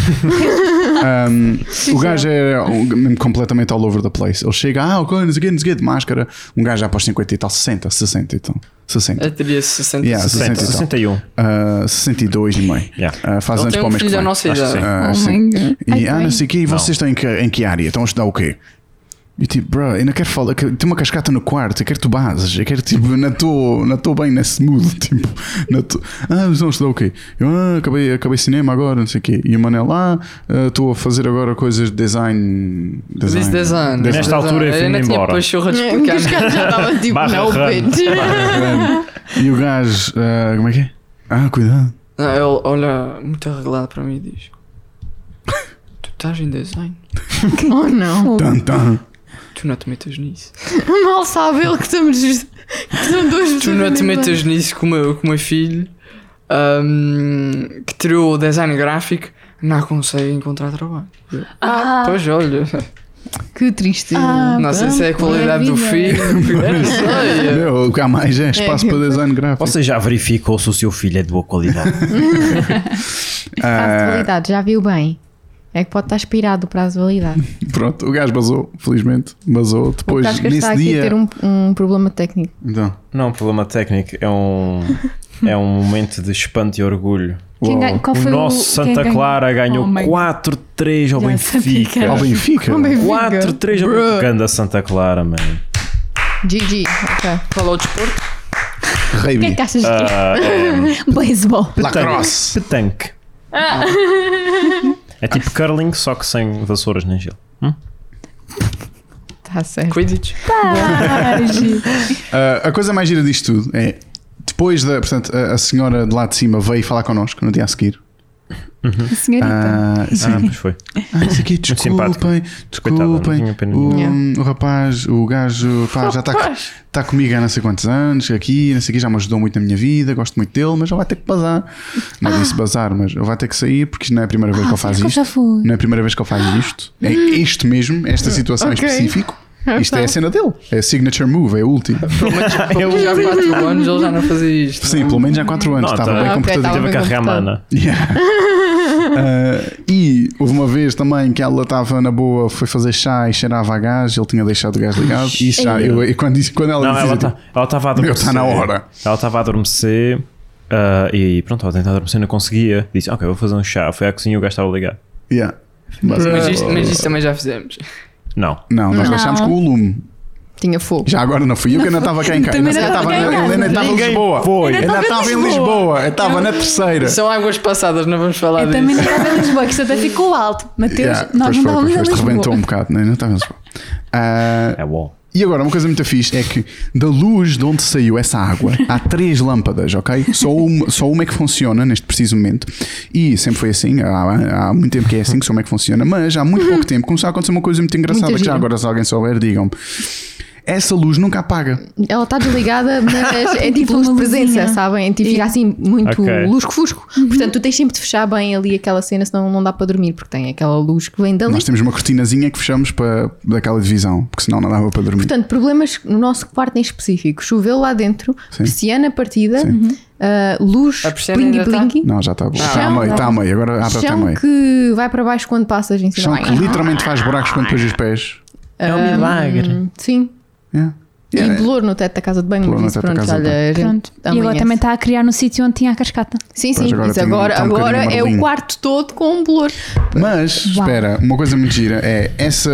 Um, o gajo é um- mesmo completamente all over the place. Ele chega, ah, ok, não sei o quê, não sei o quê, de máscara. Um gajo já para os 50 e tal, 60, 60 e tal. 60.
Eu teria 60
Yeah,
60,
60 e tal.
61.
Ah, 62 e meio.
Yeah.
Ah, faz
Ele
anos
tem
para o
um
mês que
filho da
vem.
nossa
Acho que
idade.
sim.
Ah,
Oh
sim.
my God. Ai,
E ah, não
bem.
sei o quê, e
Não.
vocês estão em que, em que área? Estão a estudar o quê? E tipo, bro, eu não quero falar, eu quero- tem uma cascata no quarto, eu quero tu bases, eu quero tipo, não estou não tô bem nesse mood, (laughs) tipo, não tô, ah, mas não estudar o quê? Eu ah, acabei, acabei cinema agora, não sei o quê. E o Manel, ah, ah, estou a fazer agora coisas de design.
Eu disse 10 anos.
Nesta altura eu fui-me
ainda tinha
embora.
pachorra de
É, O
explicar.
Cascado já estava tipo,
Barra
não,
rana.
bitch.
(laughs) E o gajo, ah, como é que é? Ah, cuidado.
Não, ele olha muito arreglado para mim e diz: Tu estás em design?
(laughs) Oh não.
Tan, tan.
Tu não te metas nisso.
Mal sabe ele que estamos. que são duas
Tu não te metas nisso com o meu, com o meu filho ahm, que tirou o design gráfico, não consegue encontrar trabalho. Eu,
Ah.
Pois olha,
Que triste.
Ah,
não sei se é a qualidade do
maravilha.
filho. (laughs) eu não sei.
(laughs) Meu, o que há mais é espaço
É.
para design gráfico.
Você já verificou se o seu filho é de boa qualidade?
Ah,
Ah.
Prazo de validade, já viu bem. É que pode estar aspirado o prazo de
(laughs)
validade.
Pronto, o gajo basou, felizmente, basou.
O
Depois,
Casca está
nesse
aqui
dia.
a ter um, um problema técnico.
Então,
(laughs) Não, um problema técnico. É um, é um momento de espanto e orgulho.
Quem
Uau.
ganha- qual
o
foi
nosso
quem
Santa
ganhou?
Clara ganhou
Oh my
4-3 ao
Já sabia que
Benfica.
era.
Ao Benfica?
Ao Benfica.
4-3 ao
Bruh.
Benfica. Ganda Santa Clara, mano.
GG. Ok.
Qual é o desporto?
O que é
Rugby.
que achas que (laughs)
Ah, é,
é? Beisebol.
Lacrosse.
petanque. Ah. É tipo curling, só que sem vassouras nem gelo.
Tá certo.
Quidditch.
Ai, giro.
é
Ah, a coisa mais gira disto tudo é depois da. Portanto, a, a senhora de lá de cima veio falar connosco no dia a seguir.
(laughs) Senhorita.
Ah,
Ah,
sim.
pois foi.
Ah, isso aqui,
simpático.
desculpem,
Coitada, não
desculpem.
tinha pena
O,
nenhuma.
o rapaz, o gajo, pá, já está tá comigo há não sei quantos anos, aqui, não sei o quê, já me ajudou muito na minha vida, gosto muito dele, mas ele vai ter que bazar. Não
Ah.
disse bazar, mas ele vai ter que sair porque isto não é a primeira vez que ele faz
será Ah, que eu já
isto.
fui?
Não é a primeira vez que ele faz isto. É isto mesmo, esta situação em
Ok. tá.
específico. Isto é a cena dele. É a signature move, é a última.
Ah,
Ele já há 4 anos ele já não é? fazia isto.
Sim, pelo menos há 4 anos.
Não,
Estava
tá.
bem
Ah,
ok,
comportadinho.
tava
Teve a
bem
carregar a
comportado.
mana.
(laughs) Yeah. Ah, e houve uma vez também que ela estava na boa, foi fazer chá e cheirava a gás, ele tinha deixado o gás ligado. E isso já, eu, e quando, disse- quando ela
Não,
disse
ela
isso, tipo,
tá- ela estava a
Meu,
adormecer.
está na hora.
Ela estava a adormecer ah, e pronto, ela tentava adormecer, não conseguia. Disse, ok, vou fazer um chá. Foi à cozinha e o gajo estava ligado.
Yeah.
Mas isto,
é-
mas isto também já fizemos.
Não.
Não, nós
Não.
deixámos com o lume.
Tinha fogo.
Já agora não fui eu que ainda estava cá em casa.
Também
Ainda
não estava
estava
cá em
ainda
casa.
estava em
Ninguém
Lisboa.
foi.
Ainda estava em Lisboa. Eu Estava na terceira.
São águas passadas, não vamos falar
Eu
disso.
também não estava em Lisboa, que isso até ficou alto. Mateus,
Yeah,
nós
pois
não
foi, pois
estávamos em
foi, isto rebentou
Lisboa.
um bocado, né? não estava em Lisboa. Ah,
É wall.
E agora, uma coisa muito fixe é que da luz de onde saiu essa água, há três lâmpadas, ok? Só uma, só uma é que funciona neste preciso momento. E sempre foi assim, há, há muito tempo que é assim, que só uma é que funciona, mas há muito pouco tempo começou a acontecer uma coisa muito engraçada
Muita
que já
gira.
agora, se alguém souber, digam-me. Essa luz nunca apaga.
Ela está desligada, (laughs) mas é tipo
Tipo
luz de
uma
presença,
luzinha.
sabem? Tipo, fica assim muito
Ok.
lusco-fusco. Portanto, tu tens sempre de fechar bem ali aquela cena, senão não dá para dormir, porque tem aquela luz que vem dali.
Nós temos uma cortinazinha que fechamos para daquela divisão, porque senão não dava para dormir.
Portanto, problemas no nosso quarto em específico. Choveu lá dentro,
Sim.
persiana partida, ah, luz,
A persiana ainda tá?
blingy-blingy,
Não, já está bom. Está a
Chão,
meio, está a meio. Agora abre até a
chão
meio.
que vai para baixo quando passas em
Chão
cima.
que literalmente faz buracos quando pões os pés.
É um
hum.
milagre.
Sim.
Yeah.
E
Yeah.
bolor no teto da casa de banho,
Bolor
mas
É. no
isso
teto da
pronto,
casa de
olha, a gente
Pronto. E agora
amanhece.
também tá- está a criar no sítio onde tinha a cascata.
Sim,
Pois,
sim,
agora
mas
tem-
agora,
tá um bocadinho
agora é
amarelinho.
o quarto todo com um bolor.
Mas,
Uau.
espera, uma coisa muito gira é essa,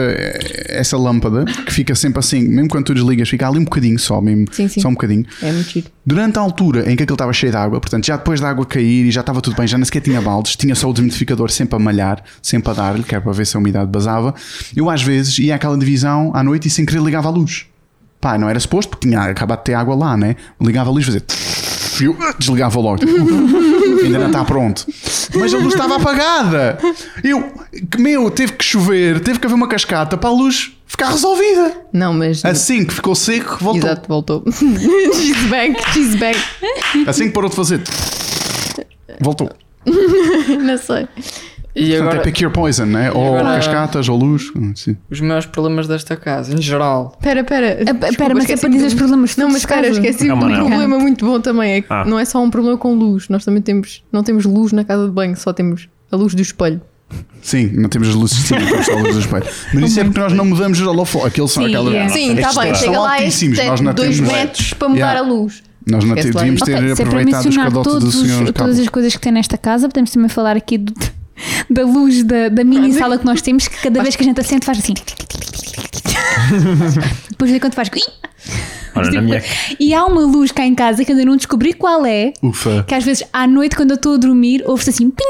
essa lâmpada que fica sempre assim, mesmo quando tu desligas, fica ali um bocadinho só, mesmo,
Sim, sim.
só um bocadinho.
É mentira.
Durante a altura em que aquilo estava cheio de água, portanto, já depois da água cair e já estava tudo bem, já nem sequer tinha baldes, tinha só o desumidificador sempre a malhar, sempre a dar-lhe, que era para ver se a umidade basava. Eu, às vezes, ia àquela divisão à noite e sem querer ligava a luz. Pá, não era suposto, porque tinha acabado de ter água lá, né? Ligava a luz, fazia. E eu ah, desligava logo. (laughs) Tipo, Ainda não está pronto. Mas a luz estava apagada. Eu, que meu, teve que chover, teve que haver uma cascata para a luz ficar resolvida.
Não, mas.
Assim que ficou seco, voltou.
Exato, voltou. (laughs) she's back, she's back.
Assim que parou de fazer. Voltou.
Não sei.
E
Portanto, é
agora,
pick your poison, né? Ou
agora-
cascatas, ou luz. Hum, sim.
os maiores problemas desta casa, em geral.
Pera, Eh, pera.
Espera, mas é para
esqueci-me
dizer
de-
os problemas.
Não, mas cara,
esquece.
esqueci de um
Calma, não.
problema muito bom também. É que
Ah.
não é só um problema com luz. Nós também temos. Não temos luz na casa de banho, só temos a luz do espelho.
Sim, não temos as luzes de cima, temos só a luz do espelho. Mas isso é porque nós não mudamos os holofotes. Aqueles são
Sim,
aquelas.
é.
Ah, Sim,
tá
está
bem,
bem.
estes
Chega
são
lá
altíssimos, nós não
dois
temos-
metros para mudar
Yeah.
a luz.
Nós não te,
Esquece lá
devíamos
isso.
ter
Ok, se é para
aproveitado os
mencionar
cadotes do
todos
senhor tá
os, todas
Cabo.
as coisas que tem nesta casa, podemos também falar aqui do- (laughs) da luz da, da mini sala que nós temos, que cada vez que a gente acende faz assim. Depois de quando faz. "Ih!"
Ora, na minha...
E há uma luz cá em casa que ainda não descobri qual é, (laughs)
Ufa.
que às vezes à noite, quando eu estou a dormir, ouve-se assim. Ping!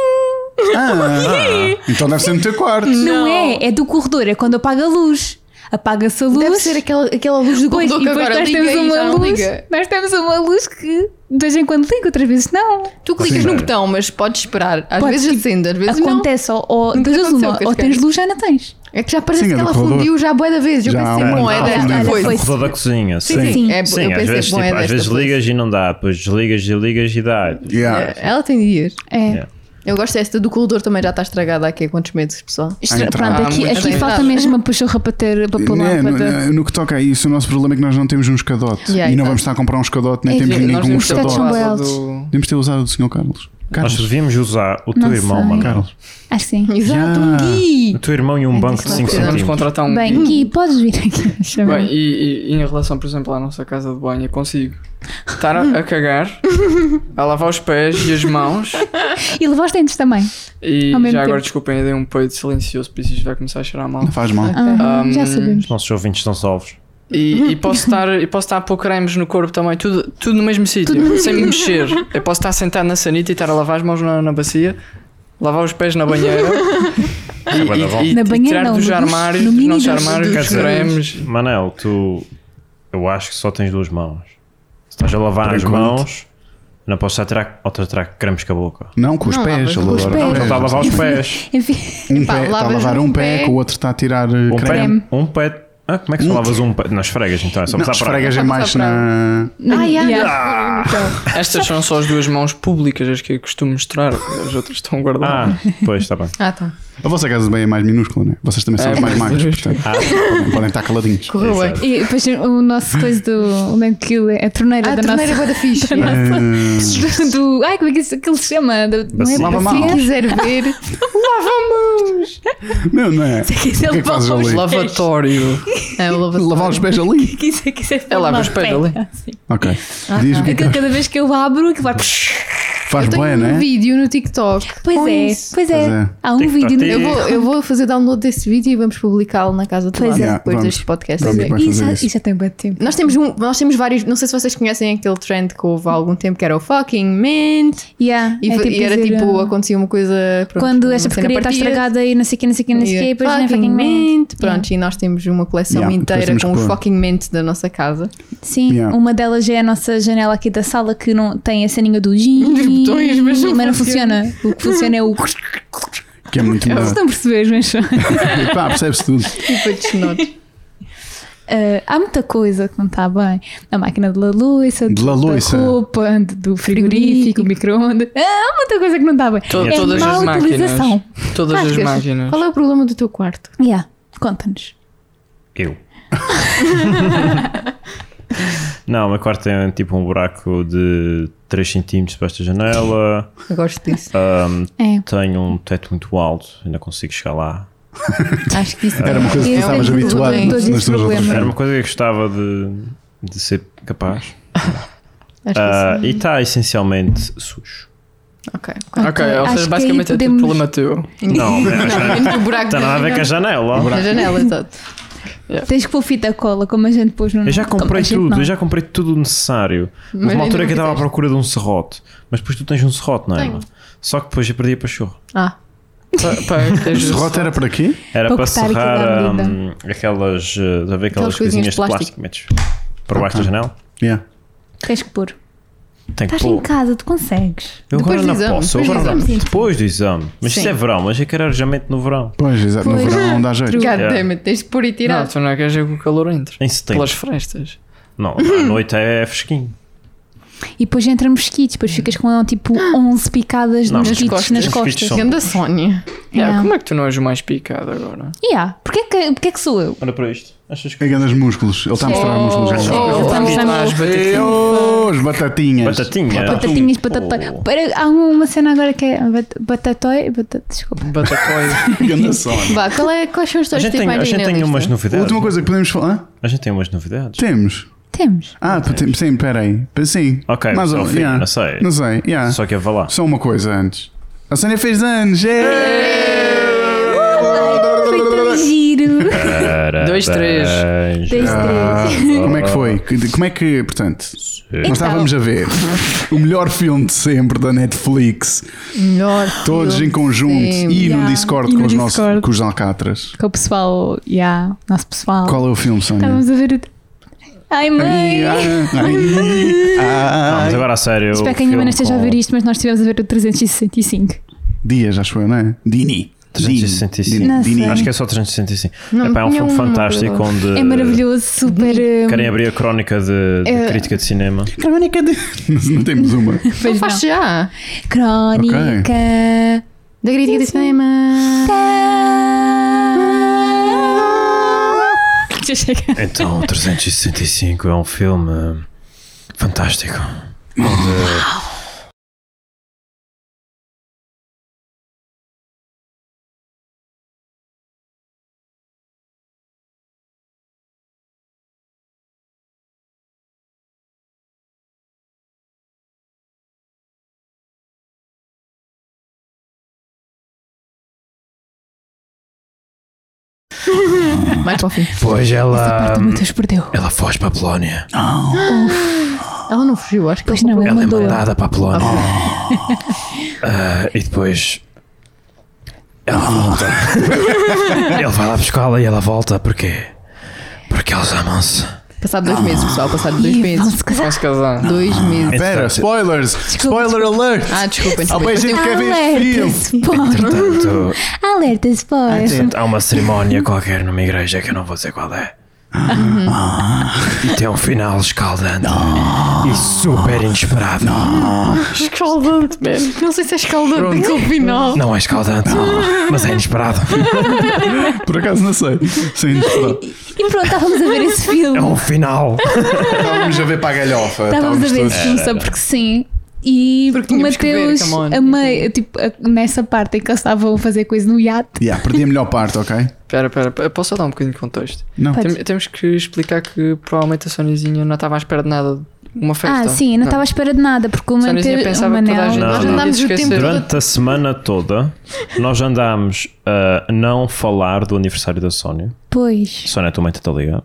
Ah, então deve ser no teu quarto.
(laughs) Não, é, é do corredor, é quando apaga a luz. Apaga-se a luz.
Deve ser aquela, aquela luz do
Pois,
computador
e depois
que agora
nós
liga
temos
e já
uma
não
luz.
liga.
Nós temos uma luz que de vez em quando liga, outras vezes não.
Tu clicas
Sim.
no botão, mas podes esperar. Às
Podes,
vezes
tipo,
acende, às vezes não.
Acontece, ou, ou,
Nunca
das duas
aconteceu
uma,
que eu
ou tens
esquece.
luz, já não tens.
É que já parece
Sim, é
que
do
ela
corredor.
fundiu já boa da vez. Eu
Já há
pensei,
uma-
bom, é
há
desta.
fundido.
Foi.
Foi.
Rodou da cozinha, sim.
sim. Sim,
É, eu
às
pensei,
vezes,
bom,
tipo,
é
às vezes
desta.
ligas e não dá, depois desligas e ligas e dá.
Yeah.
Ela tem dias.
É.
Yeah.
Eu gosto desta do corredor também já está estragada aqui há quantos
(laughs)
meses, pessoal?
Estra-
entrada.
Pronto, aqui,
Ah, muito
aqui
bem.
falta mesmo a puxarra para ter para pôr lá.
É,
para
no,
ter-
no que toca a isso, o nosso problema é que nós não temos um escadote.
Yeah,
e não
exato.
vamos estar a comprar um escadote, nem
então. É,
temos
sim,
ninguém
nós
com um
temos que ter
São
escadote.
uma base
Bells.
do-
Devemos ter usado o do senhor Carlos.
Nós
Carlos.
devíamos usar o teu
Não
irmão,
sei.
mano.
Carlos.
Acho que Ah, sim.
Exato,
Yeah.
um
O teu irmão e um banco de
isso
5
não
Precisamos
centímetros.
contratar um.
Bem, Gui, podes vir
(laughs)
aqui.
Bem,
chama.
e, e- e em relação, por exemplo, à nossa casa de banho, eu consigo estar a, a cagar, a lavar os pés e
(laughs)
as mãos.
E leva os dentes também.
E
Ao mesmo
já agora,
tempo.
desculpem, eu dei um peido silencioso, por isso isto vai começar a cheirar mal.
Não faz mal.
Ah,
Um,
já sabemos.
Os nossos ouvintes estão salvos.
(laughs)
E, e posso estar, e posso estar a pôr cremes no corpo também, tudo, tudo no mesmo sítio, sem me mexer. Eu posso estar sentado na sanita e estar a lavar as mãos na, na bacia, lavar os pés
(laughs)
na banheira e-
é bué da bom.
e, e,
Na
e
banheira
tirar
não,
dos
no-
armários,
no
dos
mini
nossos
dos-
armários,
dos
dos cremes.
Manel, tu. Eu acho que só tens duas mãos. Se estás a lavar as
Tranquilo.
mãos, não posso estar a tirar, ou estar a tirar cremes com a boca.
Não, com os
Não
pés.
lavas
ele
com os
adora
pés. Não,
os
Só
pés.
está a lavar os pés.
Enfim,
Um
Epá,
pé, está a
lavas
lavar
um
um pé,
pé.
com o outro está a tirar uh,
Um
creme.
pé. Um pé. Ah, como é que
Um
tu lavas um pé? Nas esfregas, então. É só
Não,
passar para.
esfregas é mais na.
(laughs)
Ai, ai,
Ah!
Estas são só as duas mãos públicas, as que eu costumo mostrar, as outras estão guardadas.
Ah, pois, está (laughs) bem.
Ah, tá.
A vossa casa de bem é mais minúscula, né? Vocês também são
É,
os mais
mas-
magros, portanto.
Ah,
podem- Podem estar caladinhos.
é
Correu bem.
e depois o nosso coisa do. Onde é que aquilo é? A torneira
Ah,
da
torneira
nossa.
(laughs) bué da fixe.
Ah,
Do, do- ai, como é que isso, aquilo se chama? Do, não é
Bacia.
Lava
Quem
mãos.
quiser
(laughs)
ver,
Não, não é?
que isso
O que é que fazes ali?
Lavatório.
é o lava
Lavar os pés ali.
Que isso é que isso é
É lava os pés ali.
Ok. Diz o que é
Aquilo
que
cada vez que eu abro, aquilo vai.
faz
Eu tenho
bem,
um
né?
vídeo no TikTok.
Pois
com
é,
isso.
pois é.
Pois é.
Há um
TikTok.
vídeo no
Eu vou, eu vou fazer download desse vídeo e vamos publicá-lo na casa do
Pois
lado
é.
depois
Yeah,
deste podcast.
vamos
Ok.
bem.
Isso,
fazer
já-
isso.
isso já tem bem tempo.
Nós temos, um, nós temos vários, não sei se vocês conhecem aquele trend que houve há algum tempo que era o fucking mint
Yeah,
e,
é
fa- e era
dizer,
tipo,
ah,
acontecia uma coisa pronto,
quando
uma
esta
cena
porcaria está
partida,
estragada e não sei o que, não sei o que, não sei o que, e
e
depois não é fucking man.
mint, né? pronto, e nós temos uma coleção
Yeah, depois
inteira
temos
com
que
os
pôr.
fucking mint da nossa (laughs) casa.
Sim,
Yeah.
uma delas é a nossa janela aqui da sala que não tem a ceninha
(laughs)
do gin,
Dos botões, mas não
funciona. O que funciona
(laughs)
é o.
Que é muito melhor.
Vocês não perceberes, mas.
Pá, percebe-se tudo.
E foi desnote.
Ah, há muita coisa que não está bem. A máquina de la louça,
De la louça.
da roupa, de- do frigorífico,
(laughs) Frigorífico.
micro-ondas. Ah, há muita coisa que não está bem.
To-
é
todas
má
as máquinas.
utilização.
Todas as
Vasco,
máquinas.
Qual é o problema do teu quarto?
Yeah. Conta-nos.
Eu. (laughs) Não, o meu quarto tem tipo um buraco de 3 cm para esta janela.
Eu gosto disso.
Ahm,
É.
tenho um teto muito alto, ainda consigo chegar lá.
Acho que isso
Era uma coisa que
Eu
tu estavas
tenho
habituado nas
todos
tuas
esses
outras
problemas.
Era uma
férias.
coisa que eu gostava de, de ser capaz.
Acho que
Ah,
isso-
e está essencialmente sujo.
Ok.
Ok, ou
Acho que aí
seja, basicamente é tudo
podemos-
problema teu.
Não, não,
Não, menos o buraco
Está
da
nada a ver com a
janela.
janela.
Na janela, exato.
Tens que pôr fita cola, como a gente pôs no
Eu já
como a
comprei
gente
tudo,
não.
eu já comprei tudo o necessário.
Mas
Mas uma
ainda
altura
não
que eu estava à
fizeste.
procura de um serrote. Mas depois tu tens um serrote, não é?
Tenho.
Emma? Só que depois eu perdi para churro.
Ah,
Pá, pá, é
(laughs)
tens-
Este rota era para quê?
Era
Para
para
cortar aquilo
serrar
à medida.
hum, aquelas, eh, a ver, aquelas coisinhas de plástico que metes por baixo da
Ok.
janela.
Yeah.
Tens que pôr.
Tem que
Estás em
pôr.
casa, tu consegues.
Eu
Depois
agora
do
não
exame,
posso. eu
depois do
agora não-
exame, sim.
Depois do exame. Mas
Sim.
isso é verão, mas eu quero arejamento no verão.
Pois, exato. No
Pois.
verão não dá jeito.
God
Yeah.
damn it, tens de pôr e
Não,
tirar.
tu não queres é que o calor entre.
Em setembro.
Pelas frestas.
Não, à noite é fresquinho.
E depois entra mosquitos, depois ficas com tipo 11 picadas
Não, mas
de mosquitos
os
nas
mosquitos
costas.
são-
Ganda Sónia.
Yeah,
Não.
Como é que tu não és o mais picado agora?
Yeah. Porquê que, porquê que sou eu?
Olha para isto. Achas
É
que.
grandes músculos. Ele está a mostrar músculos.
Oh,
agora.
oh,
Estamos
oh,
a
as batatinhas.
Eu, as batatinhas.
Batatinha.
Batatinhas, batata.
Oh.
Pera, há um, uma cena agora que é bat- batatói. Bata, desculpa.
Batatóis.
(laughs) Ganda Sónia.
Vá, qual é, quais são os
A
teus
gente
tipos
tem, a
mais
gente tem umas
A
novidades.
última coisa que podemos falar. Hã?
A gente tem umas novidades.
Temos.
Temos.
Ah, tem- sim, peraí. Sim.
Ok,
Mais
só
ou
o fim,
yeah.
não sei.
Não sei. Yeah.
Só que eu vou lá.
Só uma coisa antes. A Sónia fez anos. é!
Foi tão giro.
Dois, três.
Dois,
Ah,
três.
como é que foi? Que- de- Como é que, portanto,
Então.
nós estávamos a ver o melhor filme de sempre da Netflix,
Melhor.
todos em conjunto
sempre.
e no
Yeah.
Discord
E
com
no
os nossos
Discord.
com os Alcatras.
Com o pessoal, yeah, nosso pessoal.
Qual é o filme, Sónia?
Estávamos a ver o. Ai, mãe!
Ai, ah. ai,
Não, mas
ai.
agora a sério.
Espero
o
que a minha
filme
mãe não esteja a
com
ver isto, mas nós estivemos a ver o 365.
Dias, acho eu, não é? Dini.
365.
Dini.
Não
Dini.
sei.
Acho que é só 365.
Não,
Epá, é um
tinha
filme
um-
fantástico onde.
É maravilhoso, super. hum,
Querem abrir a crónica de, de
É.
crítica de cinema?
Crónica de. (laughs) Não temos uma.
Não
pois
faz
não.
já.
Crónica.
Da crítica de cinema.
Já chega.
Então, 365 é um filme fantástico. Onde
Mais para o fim.
Pois ela.
Parte muitas perdeu.
Ela foge para a Polónia.
Ela não fugiu, acho que
Pois
ela
não,
comprou-
Ela é
Mandou.
mandada para a Polónia. (laughs) Ah, e depois. Ela volta. Ele vai lá buscá-la e ela volta porquê? Porque eles amam-se.
Passado dois meses, pessoal. Passado dois
E
meses.
vão-se casar.
Vamos casar.
Ah,
Dois meses.
Pera, spoilers! Spoiler alert!
é
Ah, desculpem.
Há
desculpem.
bem gente que quer ver este filme!
Alerta-se, pô.
Portanto,
Uhum. Alerta-se, pô.
há uma cerimónia qualquer numa igreja que eu não vou dizer qual é. E tem um final escaldante e super inesperado. é
Escaldante, man. Não sei se é escaldante aquele final.
Não é escaldante, mas é inesperado.
Por acaso não sei. Sim, pronto.
E pronto, estávamos a ver
(laughs)
esse filme.
É um final.
Estávamos a ver para a galhofa.
Estávamos a ver esse filme só porque sim. E
Porque
o
tínhamos que ver,
Mateus,
come on.
a meio, tipo, a- nessa parte em que eles estavam a fazer coisa no iate.
Yeah, perdi a melhor parte, ok?
Espera, espera, p- posso só dar um bocadinho de contexto?
Não.
Pode.
Tem- temos que explicar que provavelmente a Sonizinha não estava à espera de nada, de uma festa.
Ah, sim, eu não estava à espera de nada, porque o
Só nem tinha
Mateus, o
pensado que toda a
Manel,
gente-
Não,
Nós
não.
andámos o
Esquecer.
tempo todo.
Durante a semana toda, nós andámos a não falar do aniversário da Sónia.
pois.
Sónia, a tua mãe está a ligar.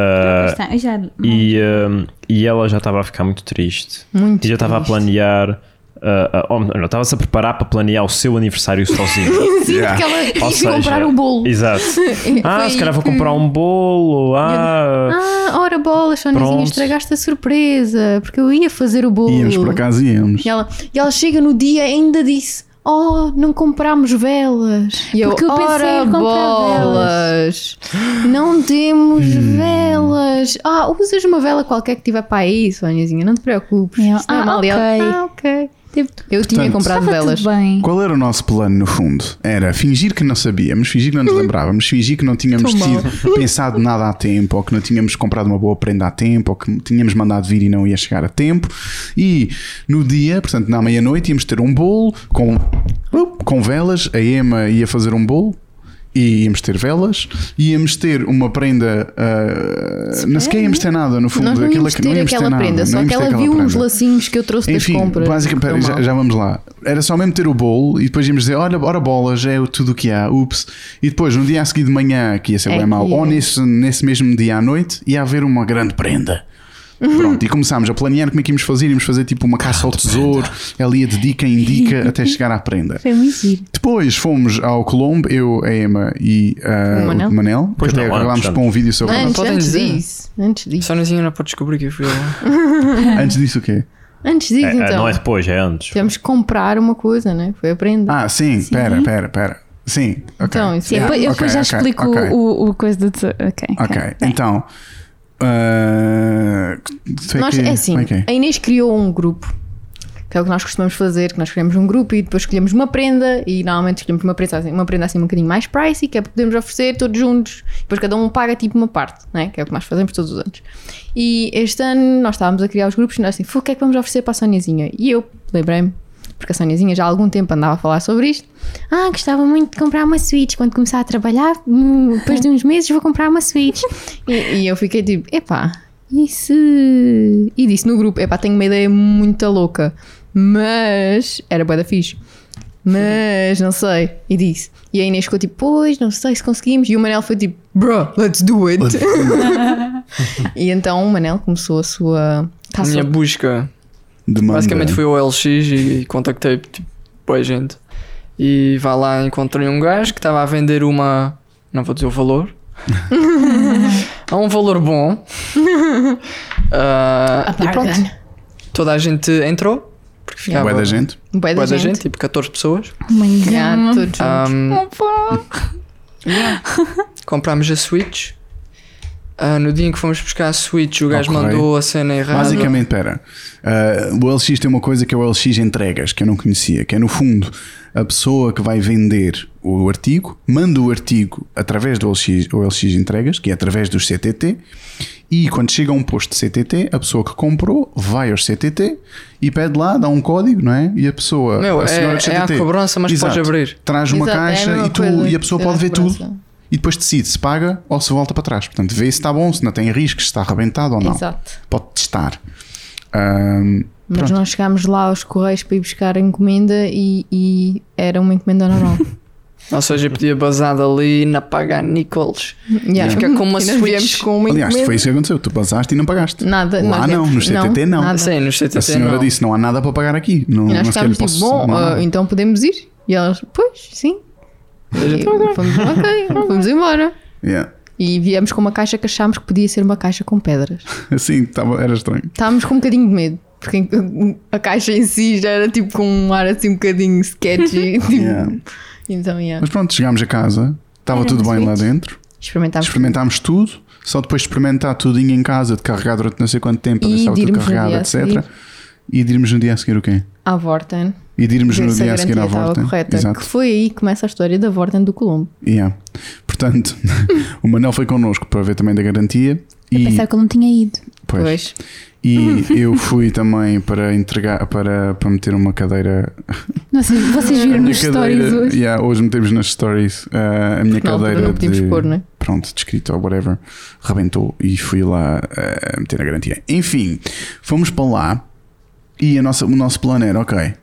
Ah,
Está, eu já-
e, ah, e ela já estava a ficar muito triste.
Muito.
E já estava a planear. ah, ah, oh, não, estava-se a preparar para planear o seu aniversário
(laughs)
sozinho.
Sim,
Yeah.
porque ela
Ou
ia
seja,
comprar o bolo.
Exato. Ah,
(laughs) Foi-
se calhar vou comprar um bolo. Ah,
Ah, ora bolas, Sonizinha,
Pronto.
estragaste a surpresa, porque eu ia fazer o bolo.
Íamos para casa e íamos.
E ela, e ela chega no dia e ainda disse: Oh, não comprámos velas. E eu,
Porque eu pensei
ora
em comprar
bolas, não temos
Hum.
velas. Ah, usas uma vela qualquer que tiver para aí, Soniazinha, não te preocupes.
Eu,
Isso não é
"Ah,
mal."
ok.
E ela, ah, ok.
Tipo,
Eu tinha
Portanto,
comprado
estava
velas.
tudo bem.
Qual era o nosso plano, no fundo? Era fingir que não sabíamos, fingir que não nos lembrávamos, fingir que não tínhamos
Tão mal.
tido (laughs) pensado nada a tempo, ou que não tínhamos comprado uma boa prenda a tempo, ou que tínhamos mandado vir e não ia chegar a tempo. E no dia, portanto, na meia-noite, íamos ter um bolo com, com velas. A Emma ia fazer um bolo. E íamos ter velas, íamos ter uma prenda. ah, não sequer íamos ter nada, no fundo.
Nós não
aquela
íamos
que-
ter
íamos
aquela
nada,
prenda,
não
só
íamos ter
que ela
aquela
viu uns
prenda.
lacinhos que eu trouxe das
Enfim,
compras. é
basicamente, pera,
Tão
já,
mal.
já vamos lá. Era só mesmo ter o bolo e depois íamos dizer: olha, ora bolas, é o- tudo o que há, ups. E depois, no dia a seguir de manhã, que ia ser
É
bem mal,
que-
ou nesse, nesse mesmo dia à noite, ia haver uma grande
(laughs)
prenda. Pronto, e começámos a planear como é que íamos fazer. Íamos fazer tipo uma caça ao tesouro, ela ia de dica em
(laughs)
dica até chegar à prenda.
Foi muito giro.
Depois fomos ao Colombo, eu, a Emma e ah,
O Manel. Ah,
o Manel.
Pois
que
não,
até
antes,
regalámos
antes.
para um vídeo sobre.
Não
Antes,
podem
antes
dizer.
disso, antes
A
disso,
Sonizinha não pode descobrir que eu fui lá.
Antes disso, o quê?
antes disso,
é- é-
então.
não é depois, é antes.
Tivemos que comprar uma coisa, né? Foi aprender.
Ah, sim, pera, pera, pera. Sim, ok.
Então, isso
Sim,
é.
Yeah,
depois- eu depois já
ok, ok,
explico
ok.
O, o coisa do. tesouro. Ok. Tá.
Ok,
ok.
então. ah, sei
Nós,
que-
é assim,
como que é?
a Inês criou um grupo. Que é o que nós costumamos fazer, que nós criamos um grupo e depois escolhemos uma prenda e normalmente escolhemos uma prenda assim, uma prenda assim um bocadinho mais pricey, que é para podermos oferecer todos juntos. Depois cada um paga tipo uma parte, né? que é o que nós fazemos todos os anos. E este ano nós estávamos a criar os grupos e nós assim, "Fu, o que é que vamos oferecer para a Soniazinha? E eu lembrei-me, porque a Soniazinha já há algum tempo andava a falar sobre isto. Ah, gostava muito de comprar uma Switch quando começar a trabalhar, hum, depois de uns meses vou comprar uma Switch. E, e eu fiquei tipo, epá, e se. E disse no grupo: epá, tenho uma ideia muito louca, mas. Era boa da fixe. Mas não sei. E disse. E a Inês ficou tipo: Pois, não sei se conseguimos. E o Manel foi tipo: Bro, let's do it. (laughs) e então o Manel começou a sua.
A
Caça.
minha busca
é-
Demanda.
basicamente foi o LX e contactei tipo, boa gente. E vá lá, encontrei um gajo que estava a vender uma. Não vou dizer
(laughs)
o valor. (laughs) a um valor bom. Ah, e pronto, toda a gente entrou. Porque ficava.
Bué da gente.
Boa
bué
da gente.
tipo 14 pessoas.
Oh my God.
Yeah,
Hum.
todos juntos.
Ah,
Ahm,
Opa.
comprámos a Switch. Ah, no dia em que fomos buscar a Switch, o gajo
Ok.
mandou a cena errada.
Basicamente, pera. ah, o LX tem uma coisa que é o LX entregas, que eu não conhecia, que é no fundo a pessoa que vai vender o artigo, manda o artigo através do LX, o LX entregas, que é através dos CTT, e quando chega a um posto de CTT, a pessoa que comprou vai aos CTT e pede lá, dá um código, não é? E a pessoa,
Meu,
a
é-
senhora
é à
do CTT,
cobrança, mas
exato,
podes abrir.
Traz uma
Exato, é a
caixa
mesma
e, tu-
coisa
e a pessoa
que
pode ver
era a cobrança.
tudo. E depois decide se paga ou se volta para trás. Portanto, vê se está bom, se não tem riscos, se está arrebentado ou não.
Exato.
Pode testar. Ahm,
Mas nós
(laughs)
chegámos lá aos correios para ir buscar a encomenda e, e era uma encomenda normal.
Ou seja, eu podia basar dali na pagar Nicoles.
Yeah.
E fica com uma
E nós
Switch.
viemos com uma
Aliás,
encomenda.
foi isso que aconteceu. Tu passaste e não pagaste.
Nada,
Lá
nugget.
não, nos CTT não. é
nada.
Sim, nos CTT
A senhora
não.
disse: não há nada para pagar aqui. Não,
E
não
nós
sequer lhe
estávamos tipo,
posso.
bom,
não há
ah,
nada."
então podemos ir? E elas, pois, sim. E fomos,
(laughs)
ok, fomos embora.
Yeah. (laughs)
E viemos com uma caixa que achámos que podia ser uma caixa com pedras.
Assim, tava, era estranho.
Estávamos com um bocadinho de medo. Porque a caixa em (laughs) si já era tipo com um ar assim um bocadinho sketchy. (laughs) tipo.
Yeah.
Então, yeah.
Mas pronto, chegámos a casa, estava tudo bem lá dentro,
experimentámos
experimentámos tudo, só depois de experimentar tudinho em casa, de carregar durante não sei quanto tempo,
E
ver se estava
de
tudo
irmos no
carregado,
dia a
etc.
seguir.
E de irmos no dia a seguir o quê?
à Vorten.
E de irmos
ver
no
se a
dia a seguir
garantia
à
estava
volta.
correta. Que
Exato.
foi aí que começa a história da Vorten do Colombo.
Yeah. Portanto, (laughs) o Manel foi connosco para ver também da garantia.
Eu
E,
pensava que ele não tinha ido.
pois.
Uhum.
e eu fui também para entregar, para, para meter uma cadeira
Não sei, vocês
A
viram
minha
nos stories
cadeira-
hoje.
yeah, hoje metemos nas stories ah, a minha
Na altura
cadeira
não podíamos
de,
pôr, né?
pronto, de escrita ou whatever, rebentou e fui lá ah, a meter a garantia. Enfim, fomos para lá e a nossa, o nosso plano era, ok,